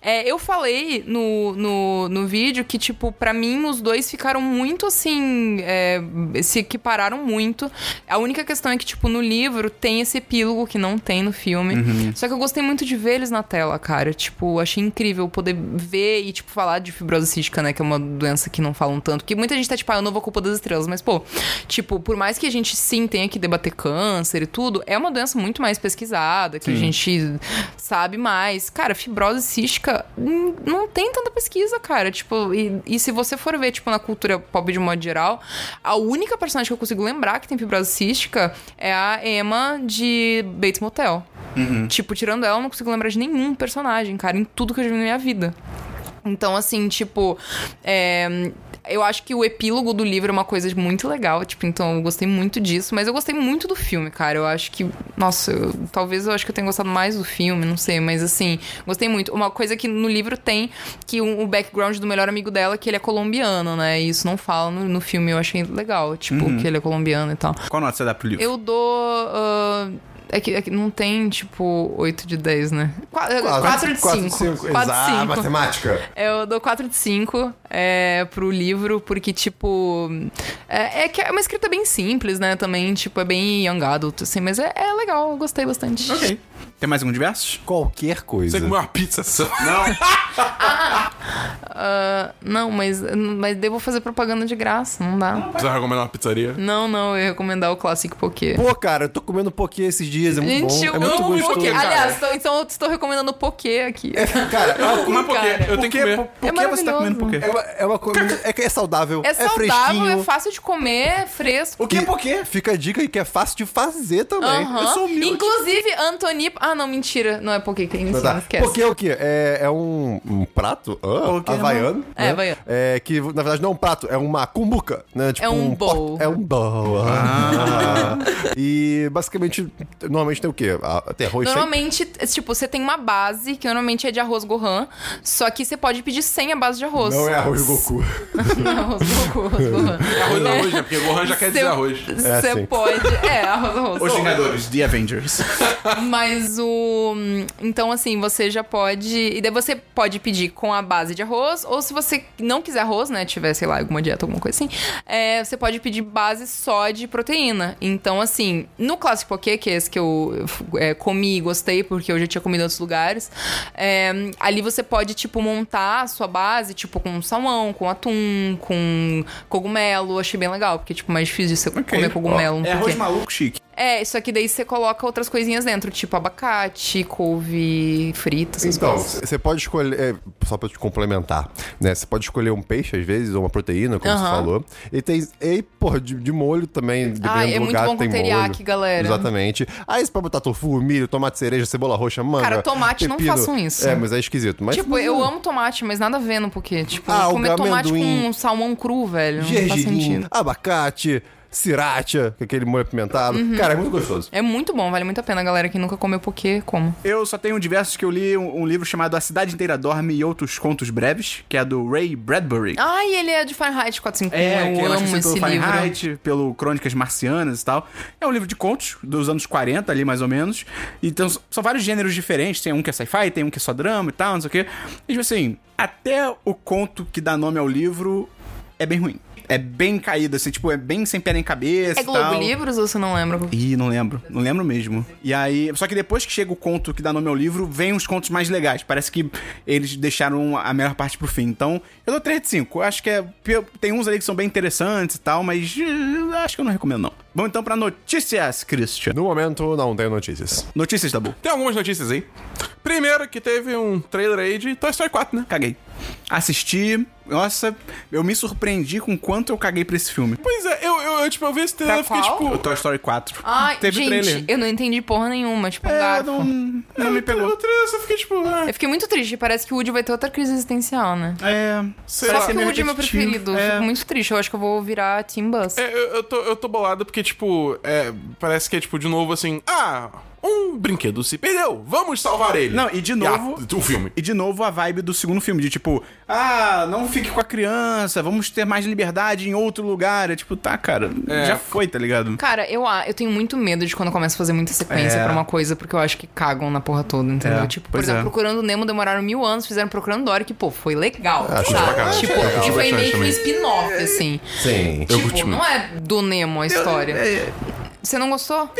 Speaker 3: É, eu falei no, no, no vídeo que, tipo, pra mim os dois ficaram muito assim. é, se equipararam muito. A única questão é que, tipo, no livro tem esse epílogo que não tem no filme. Só que eu gostei muito de ver eles na tela, cara. Tipo, achei incrível poder ver e, tipo, falar de fibrose cística, né? Que é uma doença que não falam tanto. Porque muita gente tá, tipo, ah, eu não vou culpa das estrelas. Mas, pô, tipo, por mais que a gente sim tenha que debater câncer e tudo, é uma doença muito mais pesquisada, que a gente sabe mais. Cara, fibrose cística hum, não tem tanta pesquisa, cara. Tipo, e, e se você for ver, tipo, na cultura pop de modo geral, a única personagem que eu consigo lembrar que tem fibrose cística é a Emma de Bates Motel. Tipo, tirando ela, eu não consigo lembrar de nenhum personagem, cara, em tudo que eu já vi na minha vida. Então, assim, tipo. é, Eu acho que o epílogo do livro é uma coisa muito legal, tipo, então eu gostei muito disso, mas eu gostei muito do filme, cara. Eu acho que, nossa, eu- talvez eu acho que eu tenha gostado mais do filme, não sei, mas assim, gostei muito. Uma coisa que no livro tem que o, o background do melhor amigo dela é que ele é colombiano, né? E isso não fala no, no filme, eu achei legal, tipo, que ele é colombiano e tal.
Speaker 1: Qual nota você dá pro livro?
Speaker 3: Eu dou ah, É que, é que não tem, tipo, 8 de 10, né? 4, de 5. 4 de
Speaker 2: Exato,
Speaker 3: 5.
Speaker 2: matemática.
Speaker 3: Eu dou 4 de 5 é, pro livro, porque, tipo. É, é que é uma escrita bem simples, né? Também, tipo, é bem young adult, assim, mas é, é legal, eu gostei bastante.
Speaker 1: Ok. Tem mais algum de versos?
Speaker 2: Qualquer coisa.
Speaker 4: Você comeu uma pizza só.
Speaker 3: Ah, não, mas, mas devo fazer propaganda de graça, não dá.
Speaker 4: Você vai recomendar uma pizzaria?
Speaker 3: Não, não, eu ia recomendar o clássico Poké.
Speaker 2: Pô, cara, eu tô comendo poquê esses dias, é muito
Speaker 3: Gente,
Speaker 2: bom.
Speaker 3: eu
Speaker 2: É muito
Speaker 3: amo
Speaker 4: gostoso.
Speaker 3: poké.
Speaker 4: cara.
Speaker 3: Aliás, tô- então eu estou recomendando o poké aqui.
Speaker 2: Cara, é uma,
Speaker 4: Comer
Speaker 3: cara.
Speaker 4: porque eu tenho que comer.
Speaker 1: Por, por
Speaker 3: É
Speaker 1: que você tá
Speaker 3: maravilhoso.
Speaker 1: comendo por quê?
Speaker 2: é uma, é uma comida... É, que é saudável,
Speaker 3: É
Speaker 2: é,
Speaker 3: saudável, é,
Speaker 2: fresquinho.
Speaker 3: fácil de comer, é fresco.
Speaker 1: O que
Speaker 2: E-
Speaker 1: por quê?
Speaker 2: Fica a dica aí que é fácil de fazer também.
Speaker 3: Aham.
Speaker 2: Eu sou humilde.
Speaker 3: Inclusive, Antoni. Ah, não, mentira. Não é poké que tem isso,
Speaker 2: Tá,
Speaker 3: não
Speaker 2: tá.
Speaker 3: esquece.
Speaker 2: Porque é o quê? É, é um, um prato ah,
Speaker 1: Porque é uma-
Speaker 2: havaiano.
Speaker 3: É,
Speaker 2: né?
Speaker 3: havaiano.
Speaker 2: É, que na verdade não é um prato, é uma cumbuca, né? Tipo
Speaker 3: É um
Speaker 2: pot-
Speaker 3: bowl.
Speaker 2: É um bowl. Ah. e basicamente, normalmente tem o quê? Ah, Tem arroz sem-
Speaker 3: Normalmente, tipo, você tem uma base, que normalmente é de arroz Gohan, só que você pode pedir sem a base de arroz.
Speaker 2: Não é assim. arroz Goku.
Speaker 3: Não, arroz Goku, arroz Gohan.
Speaker 4: É arroz é. arroz, né? Porque Gohan já quer dizer
Speaker 3: Você-
Speaker 4: arroz.
Speaker 3: Você
Speaker 2: assim.
Speaker 3: pode. É, arroz arroz.
Speaker 1: Os Vingadores, The Avengers.
Speaker 3: Mas o. Então, assim, você já pode. E daí você pode pedir com a base de arroz, ou se você não quiser arroz, né? Tiver, sei lá, alguma dieta, alguma coisa assim, é, você pode pedir base só de proteína. Então, assim, no Clássico Poké, que é esse que eu é, comi e gostei, porque eu já tinha comido em outros lugares, é, ali você pode, tipo, montar a sua base, tipo, com salmão, com atum, com cogumelo. Eu achei bem legal, porque, tipo, mais difícil de você comer cogumelo. um
Speaker 1: É
Speaker 3: porque-
Speaker 1: arroz maluco chique.
Speaker 3: é, só que daí você coloca outras coisinhas dentro, tipo abacate, couve frita, essas
Speaker 2: Então,
Speaker 3: coisas.
Speaker 2: você pode escolher, é, só pra te complementar, né? Você pode escolher um peixe, às vezes, ou uma proteína, como você
Speaker 3: Aham.
Speaker 2: falou. E tem, e, porra, de, de molho também, dependendo
Speaker 3: Ai, é
Speaker 2: do
Speaker 3: muito
Speaker 2: lugar,
Speaker 3: bom com
Speaker 2: tem
Speaker 3: teriyaki,
Speaker 2: molho.
Speaker 3: galera.
Speaker 2: Exatamente. Aí você pode botar tofu, milho, tomate cereja, cebola roxa, manga,
Speaker 3: Cara, tomate, não
Speaker 2: pepino.
Speaker 3: façam isso.
Speaker 2: É, mas é esquisito. Mas
Speaker 3: Tipo, eu amo tomate, mas nada a ver no porquê. Tipo,
Speaker 2: Ah, o
Speaker 3: comer tomate
Speaker 2: amendoim.
Speaker 3: com salmão cru, velho, não faz
Speaker 2: gergelim,
Speaker 3: sentido.
Speaker 2: abacate, sriracha, com aquele molho apimentado. Cara, é muito gostoso.
Speaker 3: É muito bom, vale muito a pena, galera. Quem nunca comeu porquê, como.
Speaker 1: Eu só tenho diversos que eu li um, um livro chamado A Cidade Inteira Dorme e Outros Contos Breves, que é do Ray Bradbury.
Speaker 3: Ai, ele é de Fahrenheit 451,
Speaker 1: É, que acho que
Speaker 3: eu amo
Speaker 1: foi
Speaker 3: esse
Speaker 1: pelo
Speaker 3: livro.
Speaker 1: Fahrenheit, pelo Crônicas Marcianas e tal. É um livro de contos dos anos 40 ali, mais ou menos. Então, s- são vários gêneros diferentes. Tem um que é sci-fi, tem um que é só drama e tal, não sei o quê. E, tipo assim, até o conto que dá nome ao livro é bem ruim. É bem caído, assim, tipo, é bem sem pé nem cabeça
Speaker 3: É
Speaker 1: e tal.
Speaker 3: Globo Livros ou você não lembra?
Speaker 1: Ih, não lembro. Não lembro mesmo. E aí. Só que depois que chega o conto que dá nome ao livro, vem os contos mais legais. Parece que eles deixaram a melhor parte pro fim. Então, eu dou 3 de 5. Eu Acho que é. Tem uns ali que são bem interessantes e tal, mas. eh, Acho que eu não recomendo, não. Vamos então pra notícias, Christian.
Speaker 2: No momento, não tenho notícias.
Speaker 1: Notícias, Dabu.
Speaker 4: Tem algumas notícias aí. Primeiro que teve um trailer aí de Toy Story 4, né?
Speaker 1: Caguei. Assisti. Nossa, eu me surpreendi com quanto eu caguei pra esse filme.
Speaker 4: Pois é, eu, eu, eu, tipo, eu vi esse trailer e
Speaker 3: Pra
Speaker 4: fiquei
Speaker 3: qual?
Speaker 4: tipo...
Speaker 1: O Toy Story 4.
Speaker 3: Ai,
Speaker 1: Teve
Speaker 3: gente,
Speaker 1: trailer.
Speaker 3: eu não entendi porra nenhuma, tipo, um
Speaker 1: É,
Speaker 3: garfo.
Speaker 1: não, não me
Speaker 4: O
Speaker 1: pegou.
Speaker 4: trailer eu só fiquei tipo... Ah,
Speaker 3: Eu fiquei muito triste, parece que o Woody vai ter outra crise existencial, né?
Speaker 1: É.
Speaker 4: sei
Speaker 3: Parece
Speaker 4: lá.
Speaker 3: que o Woody é meu
Speaker 1: repetitivo,
Speaker 3: preferido.
Speaker 1: é.
Speaker 3: Fico muito triste. Eu acho que eu vou virar Team Bus.
Speaker 4: É, eu, eu tô, eu tô bolado porque, tipo, é, parece que é, tipo, de novo assim... Ah, um brinquedo se perdeu, vamos salvar ele.
Speaker 1: Não, e de novo-
Speaker 4: a- o filme.
Speaker 1: E de novo a vibe do segundo filme, de tipo, ah, não fique com a criança, vamos ter mais liberdade em outro lugar. É tipo, tá, cara, já foi, tá ligado?
Speaker 3: Cara, eu, ah, eu tenho muito medo de quando eu começo a fazer muita sequência
Speaker 1: É.
Speaker 3: pra uma coisa, porque eu acho que cagam na porra toda, entendeu?
Speaker 1: É,
Speaker 3: Tipo, por
Speaker 1: pois
Speaker 3: exemplo,
Speaker 1: é.
Speaker 3: Procurando Nemo demoraram mil anos, fizeram Procurando Dory, que, pô, foi legal,
Speaker 2: Ah, curti pra
Speaker 3: sabe?
Speaker 4: caralho.
Speaker 3: Tipo,
Speaker 4: Achei legal.
Speaker 3: e foi
Speaker 4: Bastante
Speaker 3: meio que um
Speaker 4: também.
Speaker 3: spin-off, assim.
Speaker 2: Sim.
Speaker 4: Eu curti
Speaker 3: tipo,
Speaker 4: muito.
Speaker 3: não é do Nemo a história.
Speaker 1: É,
Speaker 3: Você não gostou?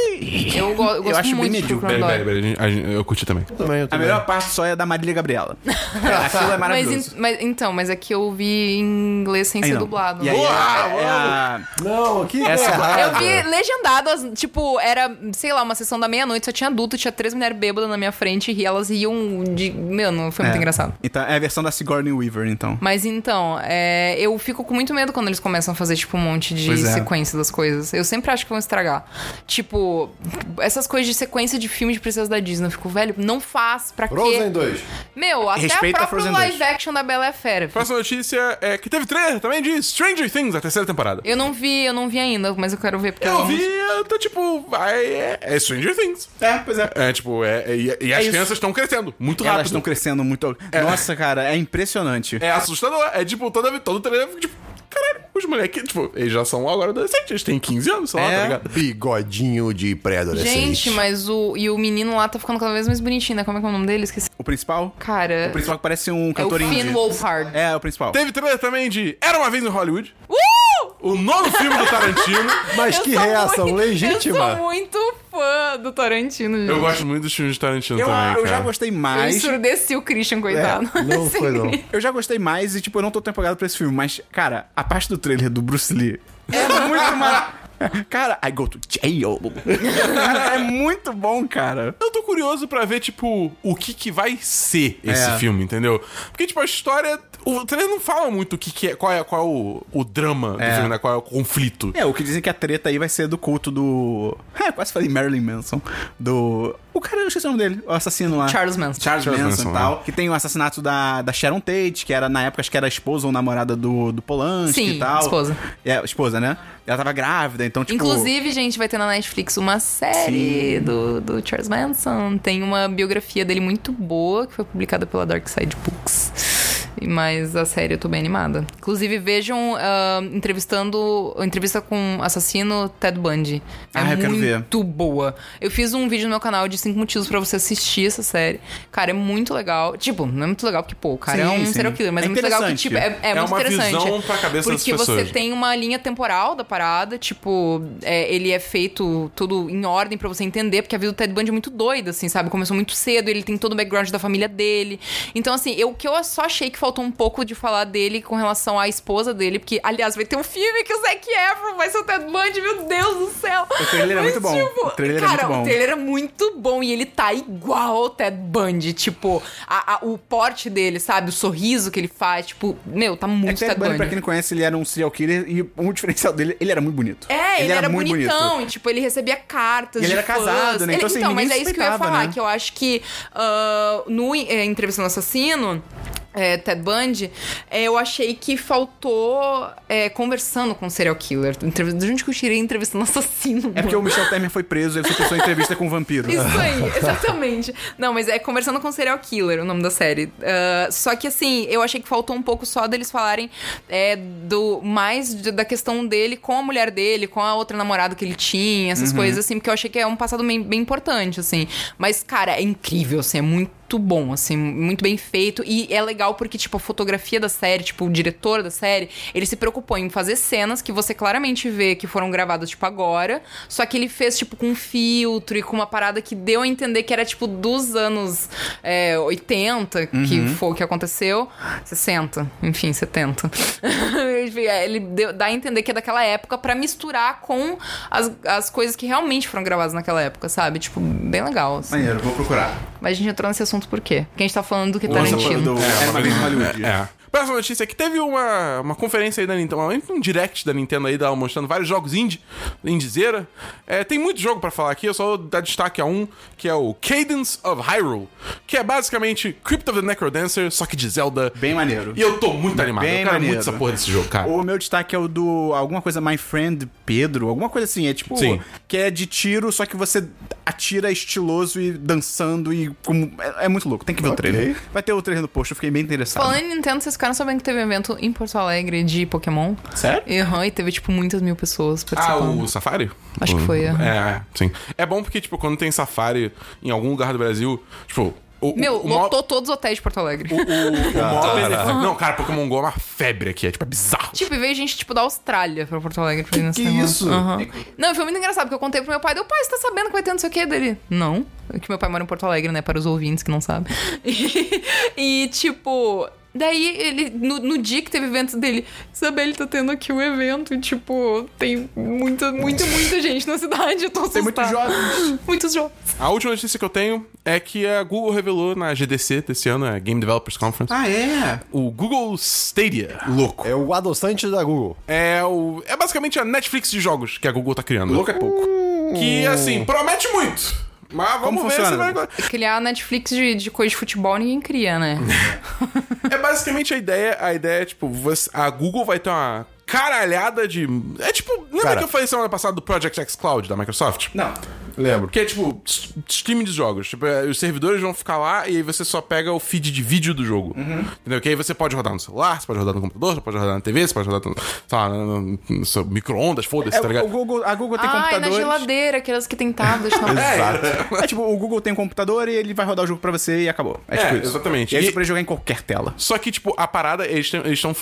Speaker 3: Eu, go eu gosto
Speaker 1: acho bem
Speaker 3: muito de
Speaker 1: medíocre.
Speaker 3: Procurando
Speaker 4: Peraí, peraí,
Speaker 3: Dory.
Speaker 4: peraí, a gente- a gente- eu curti também.
Speaker 2: Também, eu
Speaker 1: A
Speaker 2: também.
Speaker 1: melhor parte só é da Marília Gabriela. Aquilo é
Speaker 3: Mas,
Speaker 1: maravilhoso.
Speaker 3: en- mas- então, mas é que eu vi em inglês sem
Speaker 1: Aí
Speaker 3: ser
Speaker 1: não.
Speaker 3: dublado.
Speaker 1: E aí, é-
Speaker 4: Uau,
Speaker 1: é a-
Speaker 2: Não, é que
Speaker 1: Essa-
Speaker 2: errado.
Speaker 3: é Eu vi legendado, as- tipo, era, sei lá, uma sessão da meia-noite, só tinha adulto, tinha três mulheres bêbadas na minha frente e elas riam de. Meu, não foi muito
Speaker 1: é.
Speaker 3: engraçado.
Speaker 1: Então, é a versão da Sigourney Weaver, então.
Speaker 3: Mas então, é, eu fico com muito medo quando eles começam a fazer, tipo, um monte de
Speaker 1: Pois é.
Speaker 3: sequência das coisas. Eu sempre acho que vão estragar. Tipo, essas coisas de sequência de filme de princesa da Disney. Eu fico, velho, não faz, pra
Speaker 2: Frozen
Speaker 3: quê?
Speaker 2: 2.
Speaker 3: Meu, até
Speaker 1: Respeita
Speaker 3: a
Speaker 1: Frozen
Speaker 3: própria live action da Bela e a Fera. filho.
Speaker 4: Próxima notícia é que teve trailer também de Stranger Things, a terceira temporada.
Speaker 3: Eu não vi, eu não vi ainda, mas eu quero ver. Porque é
Speaker 4: Eu vi, eu tô tipo, vai, é, é Stranger Things.
Speaker 1: É, pois é.
Speaker 4: É, tipo, é, é- e, e as
Speaker 1: isso.
Speaker 4: crianças estão crescendo muito
Speaker 1: Elas
Speaker 4: rápido.
Speaker 1: estão crescendo muito. Nossa, cara, é impressionante.
Speaker 4: É assustador. É tipo, toda vez, todo trailer, eu fico, tipo, caralho, os moleques, tipo, eles já são agora adolescentes, eles têm 15 anos, sei lá,
Speaker 1: É.
Speaker 4: tá ligado?
Speaker 2: Bigodinho de pré-adolescente.
Speaker 3: Gente, mas o. E o menino lá tá ficando cada vez mais bonitinho, né? Como é que é o nome dele? Esqueci.
Speaker 1: O principal?
Speaker 3: Cara.
Speaker 1: O principal que parece um
Speaker 3: É o
Speaker 1: cantor
Speaker 3: Finn
Speaker 1: indie.
Speaker 3: Wolfhard.
Speaker 1: É, o principal.
Speaker 4: Teve trailer também de Era Uma Vez em Hollywood,
Speaker 3: Uh!
Speaker 4: o nono filme do Tarantino.
Speaker 2: Mas
Speaker 3: Eu
Speaker 2: que
Speaker 3: sou
Speaker 2: reação
Speaker 3: muito-
Speaker 2: legítima.
Speaker 3: Eu sou muito fã do Tarantino, gente.
Speaker 4: Eu gosto muito dos filmes de Tarantino
Speaker 1: Eu,
Speaker 4: também,
Speaker 1: eu já
Speaker 4: cara.
Speaker 1: gostei
Speaker 3: Eu
Speaker 1: mais.
Speaker 3: ensurdeci o Christian, coitado.
Speaker 2: É, não foi, não.
Speaker 1: Eu já gostei mais e, tipo, eu não tô tão empolgado pra esse filme, mas, cara, a parte do trailer do Bruce Lee é muito mar... Cara, I go to jail. Cara, é muito bom, cara.
Speaker 4: Eu tô curioso pra ver, tipo, o que que vai ser esse
Speaker 1: É.
Speaker 4: filme, entendeu? Porque, tipo, a história... O trailer não fala muito o que que é, qual é, qual é o, o drama do
Speaker 1: É.
Speaker 4: filme, né? Qual é o conflito.
Speaker 1: É, o que dizem que a treta aí vai ser do culto do. É, quase falei Marilyn Manson. Do. O cara, eu esqueci o nome dele. O assassino lá.
Speaker 3: Charles Manson.
Speaker 1: Charles,
Speaker 4: Charles
Speaker 1: Manson,
Speaker 4: Manson, é.
Speaker 1: e tal. Que tem o assassinato da, da Sharon Tate, que era na época, acho que era a esposa ou namorada do, do Polanski
Speaker 3: Sim,
Speaker 1: e tal.
Speaker 3: esposa.
Speaker 1: É, esposa, né? Ela tava grávida, então, tipo.
Speaker 3: Inclusive, gente, vai ter na Netflix uma série do, do Charles Manson. Tem uma biografia dele muito boa, que foi publicada pela Dark Side Books. E- Mas a série eu tô bem animada. Inclusive, vejam ah, entrevistando. Entrevista com o assassino Ted Bundy. É
Speaker 1: Ah, eu quero ver.
Speaker 3: muito boa. Eu fiz um vídeo no meu canal de cinco motivos pra você assistir essa série. Cara, é muito legal. Tipo, não é muito legal, porque, pô, o cara é
Speaker 1: Sim,
Speaker 3: um
Speaker 1: sim.
Speaker 3: serial killer, mas
Speaker 1: É
Speaker 3: é, muito legal que,
Speaker 1: interessante.
Speaker 3: tipo, é, é
Speaker 4: É
Speaker 3: muito
Speaker 4: uma
Speaker 3: interessante.
Speaker 4: visão pra cabeça das
Speaker 3: porque você
Speaker 4: pessoas.
Speaker 3: tem tem uma linha temporal da parada, tipo, é, ele é feito tudo em ordem pra você entender, porque a vida do Ted Bundy é muito doida, assim, sabe? Começou muito cedo, ele tem todo o background da família dele. Então, assim, eu o que eu só achei que faltou um pouco de falar dele com relação à esposa dele, porque, aliás, vai ter um filme que o Zac Efron vai ser o Ted Bundy, meu Deus do céu!
Speaker 1: O trailer é muito bom.
Speaker 3: tipo,
Speaker 1: O trailer é
Speaker 3: cara,
Speaker 1: muito bom.
Speaker 3: o trailer é muito bom e ele tá igual ao Ted Bundy, tipo, a- a- o porte dele, sabe? O sorriso que ele faz, tipo, meu, tá muito
Speaker 1: É que Ted Bundy, pra quem não conhece, ele era um serial killer e um diferencial dele, ele era muito bonito.
Speaker 3: É, ele, era,
Speaker 1: muito
Speaker 3: bonitão,
Speaker 1: bonito.
Speaker 3: e tipo, ele recebia cartas.
Speaker 1: Ele
Speaker 3: de
Speaker 1: era casado,
Speaker 3: fãs.
Speaker 1: né? Então, assim,
Speaker 3: mas
Speaker 1: ninguém
Speaker 3: é isso que eu ia
Speaker 1: suspeitava,
Speaker 3: falar,
Speaker 1: né?
Speaker 3: que eu acho que ah, no é, Entrevista no Assassino. é, Ted Bundy, é, eu achei que faltou é, conversando com o serial killer. Entrevista, de onde que eu tirei entrevistando assassino?
Speaker 1: É porque o Michel Temer foi preso, ele fez uma entrevista com um vampiro.
Speaker 3: Isso aí, exatamente. Não, mas é Conversando com o Serial Killer, o nome da série. Ah, só que, assim, eu achei que faltou um pouco só deles falarem é, do mais de- da questão dele com a mulher dele, com a outra namorada que ele tinha, essas coisas, assim, porque eu achei que é um passado bem, bem importante, assim. Mas, cara, é incrível, assim, é muito bom, assim, muito bem feito. E é legal porque, tipo, a fotografia da série, tipo, o diretor da série, ele se preocupou em fazer cenas que você claramente vê que foram gravadas, tipo, agora. Só que ele fez, tipo, com filtro e com uma parada que deu a entender que era, tipo, dos anos é, 80, que foi o que aconteceu. 60, enfim, 70. Enfim, é, ele deu- dá a entender que é daquela época pra misturar com as, as coisas que realmente foram gravadas naquela época, sabe? Tipo, bem legal. assim.
Speaker 1: Maneiro, vou procurar.
Speaker 3: Mas a gente entrou nesse assunto por quê? Porque a gente tá falando do que
Speaker 1: Nossa,
Speaker 3: Tarantino.
Speaker 1: do-
Speaker 4: É,
Speaker 1: Era uma vez em Hollywood.
Speaker 4: É. é. Próxima notícia é que teve uma, uma conferência aí da Nintendo, um direct da Nintendo aí, tava mostrando vários jogos indie, indizeira. É, tem muito jogo pra falar aqui, eu só vou dar destaque a um, que é o Cadence of Hyrule, que é basicamente Crypt of the Necrodancer, só que de Zelda.
Speaker 1: Bem maneiro.
Speaker 4: E eu tô muito animado,
Speaker 1: Bem
Speaker 4: eu quero
Speaker 1: maneiro.
Speaker 4: muito essa porra desse jogo, cara.
Speaker 1: O meu destaque é o do alguma coisa My Friend Pedro, alguma coisa assim, é tipo
Speaker 4: Sim.
Speaker 1: que é de tiro, só que você atira estiloso e dançando e como é, é muito louco. Tem que ver o
Speaker 2: Ok.
Speaker 1: trailer. Vai ter o trailer no post, eu fiquei bem interessado.
Speaker 3: Falando em Nintendo, vocês ficaram sabendo que teve um evento em Porto Alegre de Pokémon?
Speaker 1: Sério?
Speaker 3: E, aham, e teve, tipo, muitas mil pessoas
Speaker 4: Ah,
Speaker 3: participando.
Speaker 4: o Safari?
Speaker 3: Acho que
Speaker 4: O-
Speaker 3: foi, aham.
Speaker 4: É, sim. É bom porque, tipo, quando tem Safari em algum lugar do Brasil, tipo... O, o-
Speaker 3: Meu,
Speaker 4: o maior-
Speaker 3: lotou todos os hotéis de Porto Alegre.
Speaker 4: O maior benefício- Não, cara, Pokémon GO é uma febre aqui, é tipo, é bizarro.
Speaker 3: Tipo, e veio gente, tipo, da Austrália pra Porto Alegre pra ir
Speaker 1: é
Speaker 3: nesse
Speaker 2: que
Speaker 3: negócio.
Speaker 2: isso?
Speaker 3: Aham. Não, e foi muito engraçado, porque eu contei pro meu pai, deu pai, você tá sabendo que vai ter não sei o que dele? Não. É Que meu pai mora em Porto Alegre, né? Para os ouvintes que não sabem. E, e, tipo. Daí, ele, no, no dia que teve evento dele, Isabelle tá tendo aqui um evento, e, tipo, tem muita, muita, muita gente na cidade, eu tô assustada.
Speaker 1: Tem muitos jogos.
Speaker 3: Muitos jogos.
Speaker 4: A última notícia que eu tenho é que a Google revelou na GDC desse ano, a Game Developers Conference,
Speaker 1: Ah, é.
Speaker 4: o Google Stadia.
Speaker 1: Louco.
Speaker 2: É o adoçante da Google.
Speaker 4: É, o, é basicamente a Netflix de jogos que a Google tá criando.
Speaker 1: Louco é pouco.
Speaker 4: Que, assim, promete muito. Mas vamos ver
Speaker 1: funciona?
Speaker 4: se vai...
Speaker 3: Criar é Netflix de, de coisa de futebol ninguém cria, né?
Speaker 4: É basicamente a ideia, a ideia é, tipo, você- a Google vai ter uma caralhada de... É tipo, lembra
Speaker 2: Cara.
Speaker 4: que eu falei semana passada do Project X Cloud da Microsoft?
Speaker 1: Não.
Speaker 2: Lembro.
Speaker 4: Porque é tipo, s- streaming de jogos. Tipo, é, os servidores vão ficar lá e aí você só pega o feed de vídeo do jogo.
Speaker 1: Uhum.
Speaker 4: Entendeu? Que aí você pode rodar no celular, você pode rodar no computador, você pode rodar na TV, você pode rodar no, sei lá, no, no- no seu micro-ondas, foda-se,
Speaker 1: É,
Speaker 4: tá
Speaker 1: o
Speaker 4: ligado?
Speaker 1: Google, a Google tem
Speaker 3: Ai, Ah, é na
Speaker 1: computadores.
Speaker 3: geladeira, aquelas que tem tablet na
Speaker 1: É tipo, o Google tem um computador e ele vai rodar o jogo pra você e acabou. É,
Speaker 4: É,
Speaker 1: tipo isso.
Speaker 4: exatamente.
Speaker 1: E aí
Speaker 4: E-
Speaker 1: você pode jogar em qualquer tela.
Speaker 4: Só que, tipo, a parada, eles estão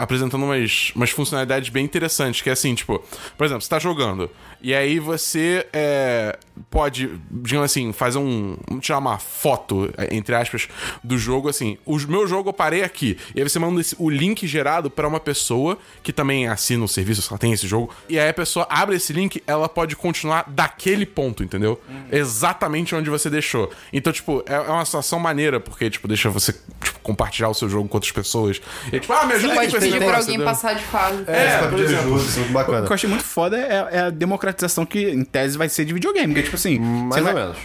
Speaker 4: apresentando umas, umas funcionalidades bem interessantes, que é assim, tipo, por exemplo, você tá jogando, e aí você é, pode, digamos assim, fazer um. tirar uma foto, é, entre aspas, do jogo, assim, o meu jogo eu parei aqui. E aí você manda esse- o link gerado pra uma pessoa que também assina o serviço, se ela tem esse jogo, e aí a pessoa abre esse link, ela pode continuar daquele ponto, entendeu? Exatamente onde você deixou. Então, tipo, é, é uma situação maneira, porque, tipo, deixa você tipo, compartilhar o seu jogo com outras pessoas. E é tipo, ah, me ajuda
Speaker 3: Você
Speaker 4: aqui
Speaker 3: pode
Speaker 4: com esse
Speaker 3: pedir
Speaker 4: negócio,
Speaker 3: pra alguém
Speaker 4: entendeu?
Speaker 3: passar de fase.
Speaker 2: É, você tá
Speaker 4: por
Speaker 2: pedindo
Speaker 4: exemplo.
Speaker 2: ajuda, isso é muito
Speaker 1: O
Speaker 2: bacana.
Speaker 1: que eu achei muito foda é, é a democratização que, em tese, vai ser de videogame. Que é tipo assim. você
Speaker 2: Hum, Mais
Speaker 1: vai-
Speaker 2: ou menos.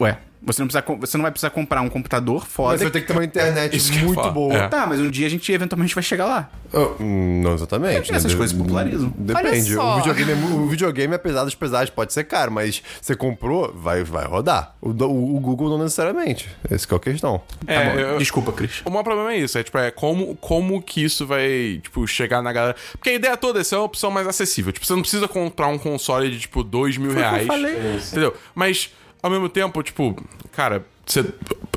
Speaker 1: Ué, você não, precisa, com- você não vai precisar comprar um computador
Speaker 2: Mas
Speaker 1: foda.
Speaker 2: vai ter que ter uma internet
Speaker 4: Isso que eu ia
Speaker 2: muito
Speaker 4: falar.
Speaker 2: boa.
Speaker 4: É.
Speaker 1: Tá, mas um dia a gente eventualmente vai chegar lá.
Speaker 2: Ah, hum, não exatamente.
Speaker 1: Essas
Speaker 2: né?
Speaker 1: coisas popularizam.
Speaker 2: Depende.
Speaker 3: Olha só.
Speaker 2: O videogame, é mu- o videogame, apesar dos pesares, pode ser caro, mas você comprou, vai, vai rodar. O, do- o Google não necessariamente. Esse que é a questão.
Speaker 4: É,
Speaker 1: Tá bom,
Speaker 4: eu-
Speaker 1: Desculpa, Cris.
Speaker 4: O maior problema é isso, é tipo, é como, como que isso vai, tipo, chegar na galera. Porque a ideia toda é ser uma opção mais acessível. Tipo, você não precisa comprar um console de, tipo, dois mil
Speaker 1: que eu
Speaker 4: reais.
Speaker 1: falei.
Speaker 4: Entendeu? Mas, ao mesmo tempo, tipo, cara, você.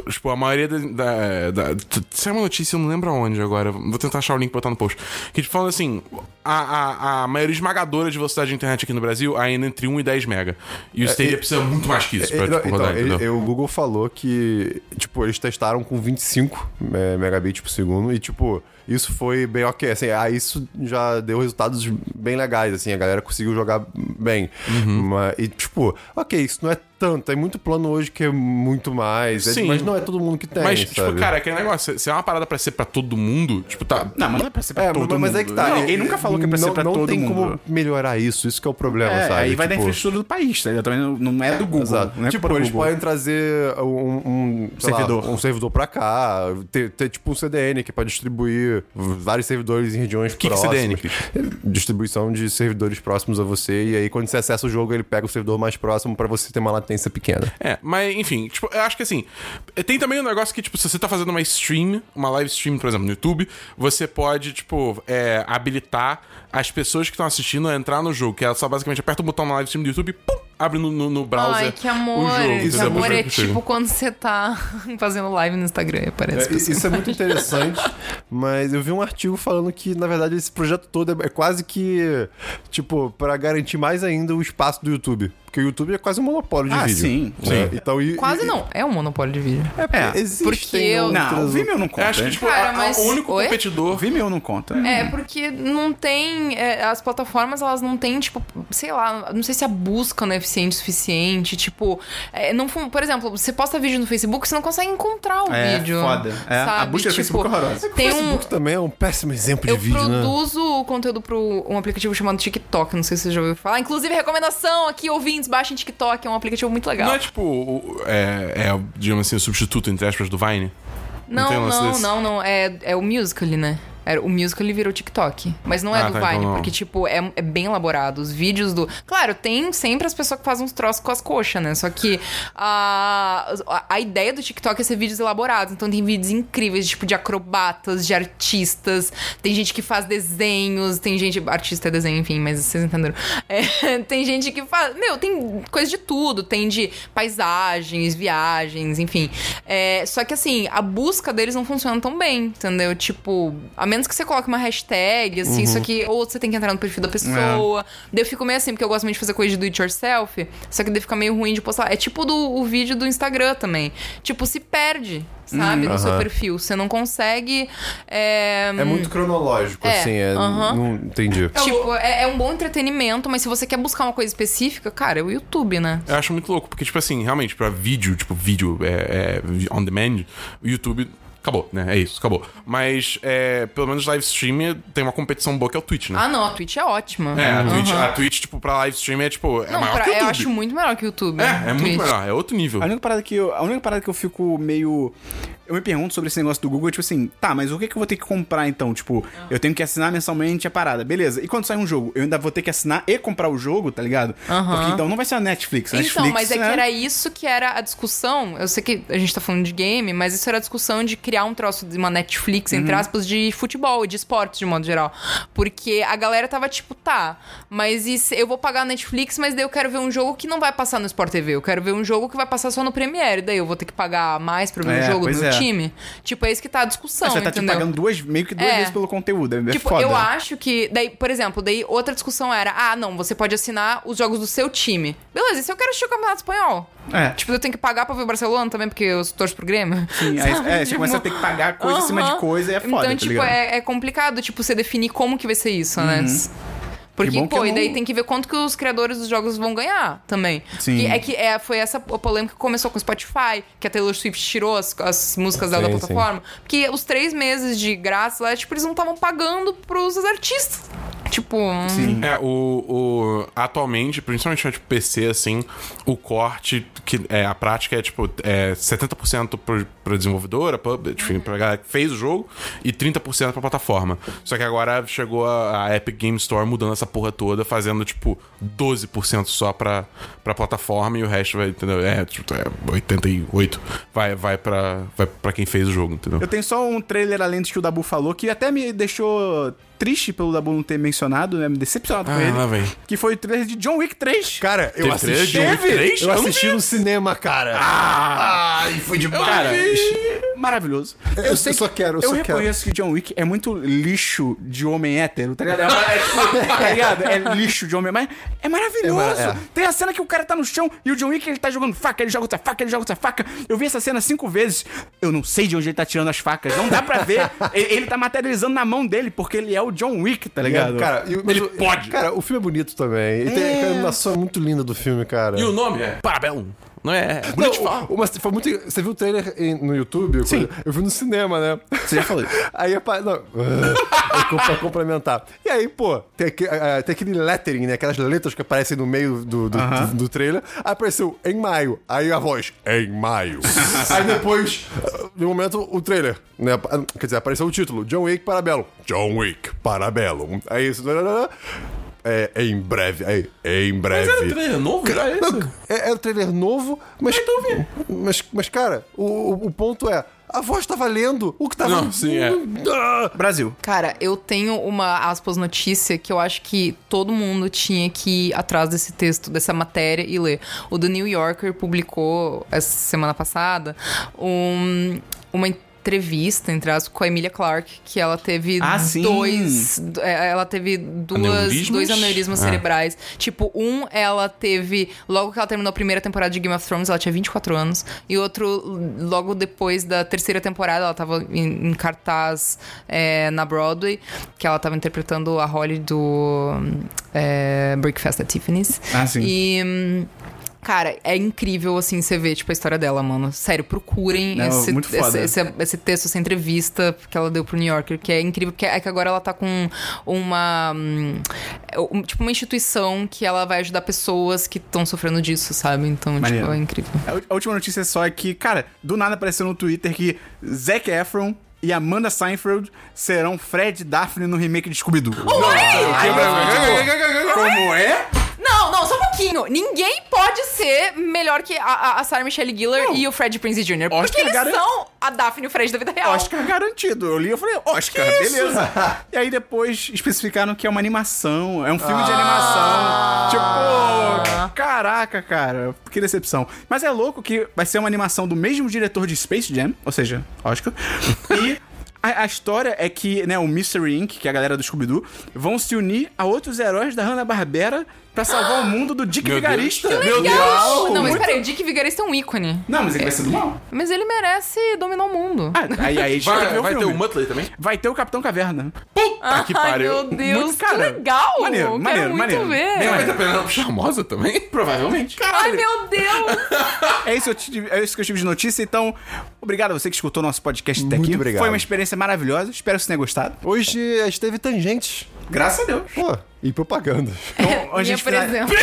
Speaker 4: Tipo, a maioria da. da, da isso é uma notícia, eu não lembro aonde agora. Vou tentar achar o link e botar no post. Que, tipo, falando assim, a, a, a maioria esmagadora de velocidade de internet aqui no Brasil ainda entre 1 e 10 mega. E o Stadia precisa muito mais que isso pra,
Speaker 2: Ele-
Speaker 4: tipo,
Speaker 2: então,
Speaker 4: rodar,
Speaker 2: ele-
Speaker 4: entendeu?
Speaker 2: o Google falou que, tipo, eles testaram com 25 me- megabits por segundo e, tipo, isso foi bem ok. Assim, ah, isso já deu resultados bem legais, assim, a galera conseguiu jogar bem.
Speaker 1: Uhum.
Speaker 2: Mas- e, tipo, ok, isso não é tanto. Tem muito plano hoje que é muito mais, é-
Speaker 4: Sim.
Speaker 2: mas não é todo mundo que tem,
Speaker 4: Mas,
Speaker 2: sabe?
Speaker 4: tipo, cara, aquele negócio, se é uma parada pra ser pra todo mundo, tipo, tá.
Speaker 1: Não, mas não é pra ser pra
Speaker 2: É,
Speaker 1: todo
Speaker 2: mas,
Speaker 1: mundo.
Speaker 2: mas é que tá.
Speaker 1: Ninguém
Speaker 2: é-
Speaker 1: nunca falou que é pra ser
Speaker 2: não-
Speaker 1: pra
Speaker 2: não
Speaker 1: todo
Speaker 2: tem
Speaker 1: mundo.
Speaker 2: como melhorar isso, isso que é o problema,
Speaker 1: É,
Speaker 2: sabe?
Speaker 1: aí vai da
Speaker 2: Tipo,
Speaker 1: infraestrutura do país, tá ligado? Também não, não é do Google.
Speaker 2: Exato.
Speaker 1: Não é
Speaker 2: tipo,
Speaker 1: pro
Speaker 2: eles
Speaker 1: Google.
Speaker 2: podem trazer um, um- sei lá,
Speaker 1: Servidor.
Speaker 2: um servidor pra cá, ter, ter, tipo um CDN que é pra distribuir vários servidores em regiões
Speaker 4: que é
Speaker 2: próximas.
Speaker 4: CDN,
Speaker 2: Distribuição de servidores próximos a você, e aí quando você acessa o jogo, ele pega o servidor mais próximo pra você ter uma latência pequena.
Speaker 4: É, mas enfim, tipo, eu acho que assim, tem também um negócio que, tipo, se você tá fazendo uma stream, uma live stream, por exemplo, no YouTube, você pode, tipo, é, habilitar as pessoas que estão assistindo a entrar no jogo, que ela só basicamente aperta o botão na live stream do YouTube e pum, abre no, no, no browser.
Speaker 3: Ai, que amor.
Speaker 4: O jogo,
Speaker 3: que
Speaker 4: entendeu?
Speaker 3: amor
Speaker 4: Pro
Speaker 3: é
Speaker 4: jogo que chega.
Speaker 3: tipo quando você tá fazendo live no Instagram,
Speaker 2: É,
Speaker 3: aparece.
Speaker 2: i- isso é muito interessante, mas eu vi um artigo falando que, na verdade, esse projeto todo é- é quase que, tipo, pra garantir mais ainda o espaço do YouTube. Porque o YouTube é quase um monopólio de
Speaker 1: Ah,
Speaker 2: vídeo.
Speaker 1: sim,
Speaker 2: né? Então, e-
Speaker 3: Quase
Speaker 2: e-
Speaker 3: não. É um monopólio de vídeo.
Speaker 1: É,
Speaker 2: Existem
Speaker 3: Porque eu-
Speaker 1: Não, o
Speaker 2: outras- É,
Speaker 1: Vimeo não
Speaker 4: Eu
Speaker 1: conta.
Speaker 4: acho que,
Speaker 1: hein?
Speaker 4: tipo,
Speaker 3: Cara,
Speaker 4: a- a-
Speaker 3: mas-
Speaker 4: o único
Speaker 3: Oi?
Speaker 1: O
Speaker 4: competidor.
Speaker 1: Vimeo não conta.
Speaker 3: É, porque não tem. é, as plataformas, elas não têm, tipo, sei lá, não sei se a busca não é eficiente o suficiente. Tipo, é, não, fun- por exemplo, você posta vídeo no Facebook, você não consegue encontrar o
Speaker 1: É,
Speaker 3: vídeo.
Speaker 1: foda. É, a
Speaker 3: sabe?
Speaker 1: busca do Facebook é horrorosa.
Speaker 3: Tem
Speaker 2: O
Speaker 3: um.
Speaker 2: Facebook também é um péssimo exemplo de
Speaker 3: Eu
Speaker 2: vídeo, né?
Speaker 3: produzo o conteúdo para um aplicativo chamado TikTok, não sei se você já ouviu falar. Inclusive, recomendação aqui, ouvintes, baixem TikTok, é um aplicativo muito legal.
Speaker 4: Não é tipo, o- é, é, digamos assim, o substituto, entre aspas, do Vine? não tem um
Speaker 3: Não,
Speaker 4: lance
Speaker 3: não,
Speaker 4: desse?
Speaker 3: não, não. É, é o musical, né? Era, o musical virou TikTok. Mas não é
Speaker 4: Ah,
Speaker 3: do
Speaker 4: tá,
Speaker 3: Vine,
Speaker 4: então não.
Speaker 3: porque, tipo, é, é bem elaborado. Os vídeos do. Claro, tem sempre as pessoas que fazem uns troços com as coxas, né? Só que a, a- a ideia do TikTok é ser vídeos elaborados. Então tem vídeos incríveis, tipo, de acrobatas, de artistas. Tem gente que faz desenhos, tem gente. Artista é desenho, enfim, mas vocês entenderam. É, tem gente que faz. Meu, tem coisa de tudo. Tem de paisagens, viagens, enfim. É, só que assim, a busca deles não funciona tão bem, entendeu? Tipo, a menos que você coloque uma hashtag, assim, isso aqui. Ou você tem que entrar no perfil da pessoa. Daí eu fico meio assim, porque eu gosto muito de fazer coisa de do it yourself. Só que daí fica meio ruim de postar. É tipo do, o vídeo do Instagram também. Tipo, se perde, sabe? No seu
Speaker 2: Aham.
Speaker 3: perfil. Você não consegue. é,
Speaker 2: É muito cronológico,
Speaker 3: É,
Speaker 2: assim. É,
Speaker 3: aham.
Speaker 2: não, entendi.
Speaker 3: Tipo, é, é um bom entretenimento, mas se você quer buscar uma coisa específica, cara, é o YouTube, né?
Speaker 4: Eu acho muito louco, porque, tipo assim, realmente, pra vídeo, tipo, vídeo é, é, vi- on demand, o YouTube. Acabou, né? É isso, acabou. Mas, é, pelo menos live stream tem uma competição boa que é o Twitch, né?
Speaker 3: Ah, não, a Twitch é ótima.
Speaker 4: é, a Twitch,
Speaker 3: Aham.
Speaker 4: a Twitch, tipo, pra live stream é, tipo, é
Speaker 3: Não,
Speaker 4: maior
Speaker 3: pra-
Speaker 4: que o
Speaker 3: eu
Speaker 4: YouTube.
Speaker 3: acho muito melhor que o YouTube.
Speaker 4: É,
Speaker 3: né?
Speaker 4: é muito
Speaker 3: Twitch.
Speaker 4: melhor, é outro nível.
Speaker 1: A única parada que eu, a única parada que eu fico meio eu me pergunto sobre esse negócio do Google, tipo assim, tá, mas o que, que eu vou ter que comprar então? Tipo, eu tenho que assinar mensalmente a parada, beleza. E quando sai um jogo, eu ainda vou ter que assinar e comprar o jogo, tá ligado?
Speaker 3: Aham.
Speaker 1: Porque então não vai ser a Netflix. A
Speaker 3: Então,
Speaker 1: Netflix,
Speaker 3: mas é que
Speaker 1: né?
Speaker 3: era isso que era a discussão. Eu sei que a gente tá falando de game, mas isso era a discussão de criar um troço de uma Netflix,
Speaker 1: Uhum.
Speaker 3: entre aspas, de futebol e de esportes, de modo geral. Porque a galera tava tipo, tá, mas e se- eu vou pagar a Netflix, mas daí eu quero ver um jogo que não vai passar no Sport TV. Eu quero ver um jogo que vai passar só no Premiere. Daí eu vou ter que pagar mais pra
Speaker 1: É,
Speaker 3: ver o jogo do
Speaker 1: pois
Speaker 3: meu
Speaker 1: é.
Speaker 3: time. Tipo, é isso que tá a discussão,
Speaker 1: Ah, Você tá
Speaker 3: entendeu?
Speaker 1: te pagando duas, meio que duas
Speaker 3: É.
Speaker 1: vezes pelo conteúdo. É
Speaker 3: Tipo,
Speaker 1: foda.
Speaker 3: eu acho que. Daí, por exemplo, daí outra discussão era: ah, não, você pode assinar os jogos do seu time. Beleza, e se eu quero assistir o Campeonato Espanhol?
Speaker 1: É.
Speaker 3: Tipo, eu tenho que pagar pra ver o Barcelona também, porque eu torço pro Grêmio.
Speaker 1: Sim, aí-
Speaker 3: Sabe?
Speaker 1: é, você
Speaker 3: Tipo,
Speaker 1: começa a ter que pagar coisa em cima
Speaker 3: aham.
Speaker 1: de coisa e é foda,
Speaker 3: Então,
Speaker 1: tá
Speaker 3: tipo,
Speaker 1: ligado?
Speaker 3: é, é complicado, tipo, você definir como que vai ser isso, né?
Speaker 1: Que
Speaker 3: Porque,
Speaker 1: bom Uhum. que
Speaker 3: pô,
Speaker 1: eu
Speaker 3: e daí
Speaker 1: não-
Speaker 3: tem que ver quanto que os criadores dos jogos vão ganhar também.
Speaker 1: Sim.
Speaker 3: Porque é que é, foi essa a polêmica que começou com o Spotify, que a Taylor Swift tirou as, as músicas dela
Speaker 2: Sim,
Speaker 3: da
Speaker 2: sim.
Speaker 3: plataforma. Porque os três meses de graça lá, tipo, eles não estavam pagando pros artistas. Tipo,
Speaker 1: Sim.
Speaker 4: É, o, o- Atualmente, principalmente no tipo, PC, assim, o corte, que é, a prática é tipo é 70% pro, pro desenvolvedor, a pub, enfim, pra galera que fez o jogo, e 30% pra plataforma. Só que agora chegou a, a Epic Game Store mudando essa porra toda, fazendo tipo 12% só pra, pra plataforma e o resto vai, entendeu? É, tipo, é 88%. Vai, vai, pra, vai pra quem fez o jogo, entendeu?
Speaker 1: Eu tenho só um trailer além do que o Dabu falou, que até me deixou triste pelo Dabu não ter mencionado, né? Me decepcionado com
Speaker 4: Ah,
Speaker 1: ele.
Speaker 4: lá vem.
Speaker 1: Que foi o trailer de John Wick 3.
Speaker 2: Cara, eu
Speaker 4: Teve
Speaker 2: assisti.
Speaker 4: trailer de John Wick três?
Speaker 2: Eu
Speaker 4: Eu não
Speaker 2: assisti no cinema, cara.
Speaker 1: Ah,
Speaker 2: Ai, foi demais.
Speaker 1: Cara, maravilhoso.
Speaker 2: Eu
Speaker 1: sei
Speaker 2: só quero, eu
Speaker 1: eu
Speaker 2: só quero.
Speaker 1: reconheço que John Wick é muito lixo de homem hétero, tá ligado? É, tipo, tá ligado? É lixo de homem, mas é maravilhoso.
Speaker 2: É mar- é.
Speaker 1: Tem a cena que o cara tá no chão e o John Wick ele tá jogando faca, ele joga outra faca, ele joga outra faca. Eu vi essa cena cinco vezes. Eu não sei de onde ele tá tirando as facas. Não dá pra ver. ele, ele tá materializando na mão dele, porque ele é o John Wick, tá ligado?
Speaker 2: Cara, e o- mas
Speaker 4: Ele
Speaker 2: o-
Speaker 4: pode.
Speaker 2: Cara, o filme é bonito também. E tem a animação é muito linda do filme, cara.
Speaker 4: E o nome é Parabellum. Não é? é bonito de falar.
Speaker 2: Não, o- o- mas foi muito. Você viu o trailer em- no YouTube?
Speaker 1: Sim.
Speaker 2: Quando- Eu vi no cinema, né?
Speaker 1: Você já falou isso.
Speaker 2: Aí apa- não, é co- pra complementar. E aí, pô, tem, aque- ah, tem aquele lettering, né? Aquelas letras que aparecem no meio do, do, do- do trailer. Aí apareceu em maio. Aí a voz, em maio. aí depois, ah, no momento, o trailer, né? Ah, Quer dizer, apareceu o título: John Wick Parabellum. John Wick Parabellum. Aí isso. É, em breve, aí, em breve.
Speaker 4: Mas era um trailer novo? Já é
Speaker 2: Não,
Speaker 4: esse?
Speaker 2: é, é um trailer novo, mas. Mas, mas, cara, o, o- o ponto é. A voz tá valendo. O que tá
Speaker 4: Não,
Speaker 2: valendo-
Speaker 4: sim, é.
Speaker 2: Ah!
Speaker 1: Brasil.
Speaker 3: Cara, eu tenho uma aspas notícia que eu acho que todo mundo tinha que ir atrás desse texto, dessa matéria e ler. O The New Yorker publicou essa semana passada um- uma entrevista entre as com a Emilia Clarke que ela teve
Speaker 1: Ah, sim.
Speaker 3: dois do- é, ela teve duas
Speaker 4: Aneurismas?
Speaker 3: dois aneurismas
Speaker 4: Ah.
Speaker 3: cerebrais tipo um ela teve logo que ela terminou a primeira temporada de Game of Thrones ela tinha 24 anos e outro logo depois da terceira temporada ela tava em, em cartaz é, na Broadway que ela tava interpretando a Holly do é, Breakfast at Tiffany's
Speaker 1: Ah, sim.
Speaker 3: e hum, Cara, é incrível, assim, você ver, tipo, a história dela, mano. Sério, procurem
Speaker 1: Não,
Speaker 3: esse,
Speaker 1: muito foda.
Speaker 3: esse- esse- esse texto, essa entrevista que ela deu pro New Yorker, que é incrível, porque é que agora ela tá com uma. hum, é um- tipo, uma instituição que ela vai ajudar pessoas que estão sofrendo disso, sabe? Então,
Speaker 1: Maneiro.
Speaker 3: tipo, é incrível.
Speaker 1: A ú- a última notícia só é que, cara, do nada apareceu no Twitter que Zac Efron e Amanda Seinfeld serão Fred e Daphne no remake de Scooby-Doo. tipo, Como é?
Speaker 3: Não, não, só um pouquinho. Ninguém pode ser melhor que a, a, a Sarah Michelle Gellar e o Fred Prinze Jr. Porque
Speaker 1: Oscar
Speaker 3: eles
Speaker 1: garan-
Speaker 3: são a Daphne e o Fred da vida real.
Speaker 1: Oscar garantido. Eu li e falei, Oscar, beleza. E aí depois especificaram que é uma animação, é um filme de
Speaker 4: Ah.
Speaker 1: animação. Tipo, caraca, cara, que decepção. Mas é louco que vai ser uma animação do mesmo diretor de Space Jam, ou seja, Oscar, e... A, a história é que, né, o Mystery Inc., que é a galera do Scooby-Doo, vão se unir a outros heróis da Hanna-Barbera pra salvar o mundo do Dick
Speaker 4: Meu Deus.
Speaker 1: Vigarista.
Speaker 4: Que
Speaker 3: Legal!
Speaker 1: Uau,
Speaker 3: é Não, mas
Speaker 1: muito-
Speaker 3: peraí, o Dick Vigarista é um ícone.
Speaker 1: Não, mas ele vai ser do mal.
Speaker 3: Mas ele merece dominar o mundo.
Speaker 1: Ah, aí, aí a gente tem que ver
Speaker 4: Vai,
Speaker 1: o
Speaker 4: vai ter
Speaker 1: filme.
Speaker 4: o Muttley também?
Speaker 1: Vai ter o Capitão Caverna.
Speaker 4: Puta que
Speaker 3: Ai,
Speaker 4: pariu.
Speaker 3: meu Deus,
Speaker 1: Muito,
Speaker 3: que
Speaker 1: cara,
Speaker 3: legal!
Speaker 1: maneiro,
Speaker 3: Quero
Speaker 1: maneiro,
Speaker 3: muito
Speaker 1: maneiro.
Speaker 3: ver.
Speaker 1: Bem
Speaker 4: Vai
Speaker 1: maneiro.
Speaker 4: ter Penélope Charmosa também?
Speaker 1: Provavelmente.
Speaker 3: Ai, meu Deus!
Speaker 1: É isso, que eu tive- é isso que eu tive de notícia, então obrigado a você que escutou nosso podcast até
Speaker 2: Muito
Speaker 1: aqui.
Speaker 2: obrigado.
Speaker 1: Foi uma experiência maravilhosa, espero que você tenha gostado.
Speaker 2: Hoje a gente teve tangentes.
Speaker 1: Graças a Deus.
Speaker 3: É.
Speaker 2: Pô, e propagandas.
Speaker 1: Então, a
Speaker 3: Minha
Speaker 1: gente fina-
Speaker 3: presença.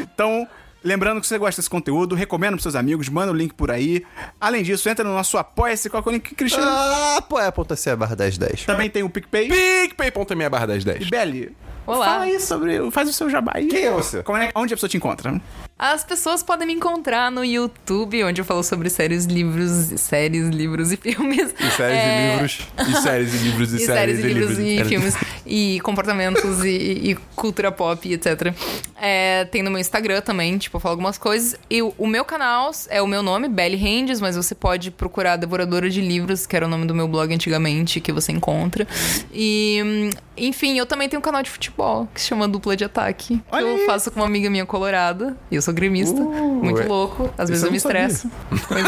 Speaker 1: então Lembrando que se você gosta desse conteúdo, recomenda pros seus amigos, manda o link por aí. Além disso, entra no nosso Apoia-se, qual que é o link que Cristiano?
Speaker 2: Ah, pô, é apoia.se barra 1010.
Speaker 3: Tá.
Speaker 1: Também tem o PicPay.
Speaker 4: PicPay.me barra 1010.
Speaker 1: E Belly,
Speaker 3: Olá.
Speaker 1: fala aí sobre. Faz o seu jabá aí.
Speaker 2: Quem é você?
Speaker 1: Como é- onde a pessoa te encontra?
Speaker 3: As pessoas podem me encontrar no YouTube, onde eu falo sobre séries, livros, séries, livros e filmes.
Speaker 2: E séries
Speaker 3: É,
Speaker 2: de livros.
Speaker 4: E séries e livros e,
Speaker 3: E séries, e livros e
Speaker 4: séries.
Speaker 3: filmes. E comportamentos e, e cultura pop, e etc. É, tem no meu Instagram também, tipo, eu falo algumas coisas. E o, o meu canal é o meu nome, Belly Ranges, mas você pode procurar Devoradora de Livros, que era o nome do meu blog antigamente, que você encontra. E, hum, enfim, eu também tenho um canal de futebol, que se chama Dupla de Ataque. Que
Speaker 1: Olha
Speaker 3: eu
Speaker 1: aí.
Speaker 3: faço com uma amiga minha colorada. E eu sou gremista. muito
Speaker 2: ué.
Speaker 3: louco. Às vezes
Speaker 2: eu
Speaker 3: eu me
Speaker 2: não sabia.
Speaker 3: estresso. Pois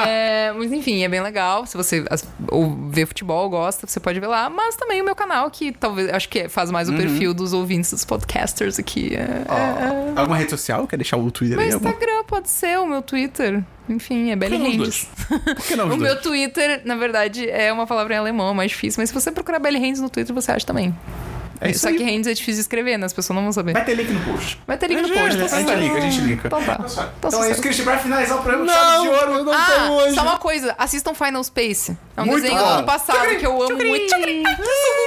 Speaker 3: é. É, Mas enfim, é bem legal. Se você as- ou vê futebol, gosta, você pode ver lá. Mas também o meu canal, que talvez acho que faz mais o perfil dos ouvintes, dos podcasters aqui. É, é- é.
Speaker 1: Alguma rede social? Quer deixar o Twitter
Speaker 3: Meu
Speaker 1: aí? Algum?
Speaker 3: Instagram pode ser, o meu Twitter. Enfim, é Belly
Speaker 4: não os
Speaker 3: Hands.
Speaker 1: Por que não? É os
Speaker 3: O
Speaker 1: dois?
Speaker 3: meu Twitter, na verdade, é uma palavra em alemão, é mais difícil. Mas se você procurar Belly Hands no Twitter, você acha também.
Speaker 1: É isso
Speaker 3: Só
Speaker 1: aí.
Speaker 3: que Hands é difícil de escrever, né? As pessoas não vão saber.
Speaker 1: Vai ter link no post.
Speaker 3: Vai ter link no post, tá
Speaker 1: A gente
Speaker 3: certo.
Speaker 1: liga, a gente liga.
Speaker 3: Então tá. Tá
Speaker 1: Então é
Speaker 3: certo.
Speaker 1: isso, Cristian, pra finalizar o programa, chave
Speaker 2: Não,
Speaker 1: de ouro.
Speaker 2: eu não
Speaker 3: Ah,
Speaker 2: tenho hoje.
Speaker 3: só uma coisa, assistam Final Space. É um
Speaker 1: Muito
Speaker 3: desenho
Speaker 2: bom.
Speaker 3: do ano passado que eu amo muito. Ah, que suco,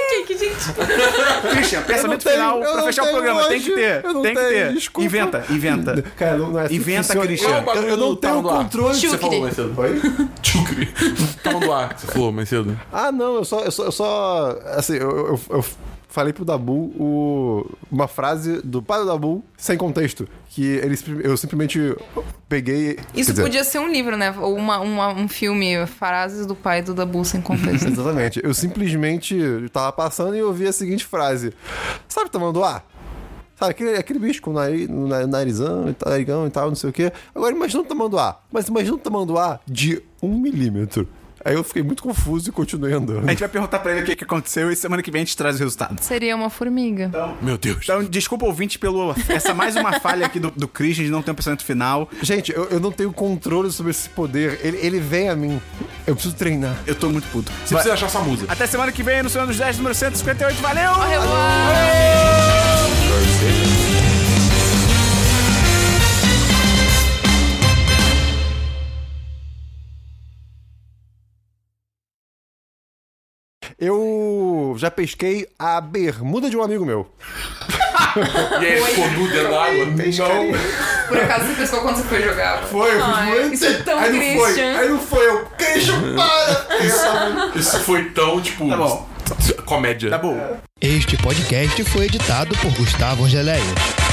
Speaker 3: que- que gente.
Speaker 1: Christian, pensamento
Speaker 2: tenho-
Speaker 1: final
Speaker 2: eu não
Speaker 1: pra fechar o
Speaker 2: tenho
Speaker 1: programa. Tem
Speaker 2: hoje.
Speaker 1: que ter.
Speaker 2: Eu não
Speaker 1: Tem que
Speaker 2: tenho,
Speaker 1: ter.
Speaker 2: desculpa.
Speaker 1: Inventa, inventa.
Speaker 2: Cara, não, não é assim que
Speaker 1: Inventa,
Speaker 2: funciona.
Speaker 1: Christian.
Speaker 2: Eu- Eu, não
Speaker 4: Tá
Speaker 2: tenho
Speaker 4: no ar.
Speaker 2: controle.
Speaker 3: Chucre.
Speaker 4: cedo.
Speaker 2: Oi?
Speaker 4: Chucre. Tá no ar. Você falou mais cedo.
Speaker 2: Ah, não, eu só. Eu só, eu só assim, eu, eu- eu falei pro Dabu o- uma frase do pai do Dabu sem contexto. Que ele, sim- eu simplesmente peguei.
Speaker 3: Isso
Speaker 2: quer dizer,
Speaker 3: podia ser um livro, né? Ou uma, uma- um filme, Frases do Pai do Dabu sem contexto.
Speaker 2: Exatamente. Eu simplesmente tava passando e ouvi a seguinte frase. Sabe tamanduá? Sabe, aquele, aquele bicho com o nariz, o na- narizão e tal, narigão e tal, não sei o quê. Agora imagina um tamanduá. Mas imagina um tamanduá de um milímetro. Aí eu fiquei muito confuso e continuei andando.
Speaker 1: A gente vai perguntar pra ele o que, que aconteceu e semana que vem a gente traz os resultados.
Speaker 3: Seria uma formiga.
Speaker 2: Tá.
Speaker 4: Meu Deus.
Speaker 1: Então, desculpa, ouvinte, pelo essa mais uma falha aqui do, do Christian de não ter um pensamento final.
Speaker 2: Gente, eu, eu não tenho controle sobre esse poder. Ele, ele vem a mim. Eu preciso treinar.
Speaker 1: Eu tô muito puto.
Speaker 4: Você precisa achar essa musa.
Speaker 1: Até semana que vem no Senhor dos 10, número 158. Valeu!
Speaker 3: Valeu!
Speaker 2: Eu já pesquei a bermuda de um amigo meu.
Speaker 4: E aí, ficou nu dentro da água? Não.
Speaker 3: Por acaso você pescou quando você foi jogar?
Speaker 2: Foi, eu
Speaker 3: Ai,
Speaker 2: fui-
Speaker 3: Isso é tão
Speaker 2: aí não foi,
Speaker 3: Christian.
Speaker 2: aí não foi, eu, Christian, para!
Speaker 4: Isso foi tão, tipo.
Speaker 1: Tá bom.
Speaker 4: Comédia.
Speaker 1: Tá bom.
Speaker 6: Este podcast foi editado por Gustavo Angeléia.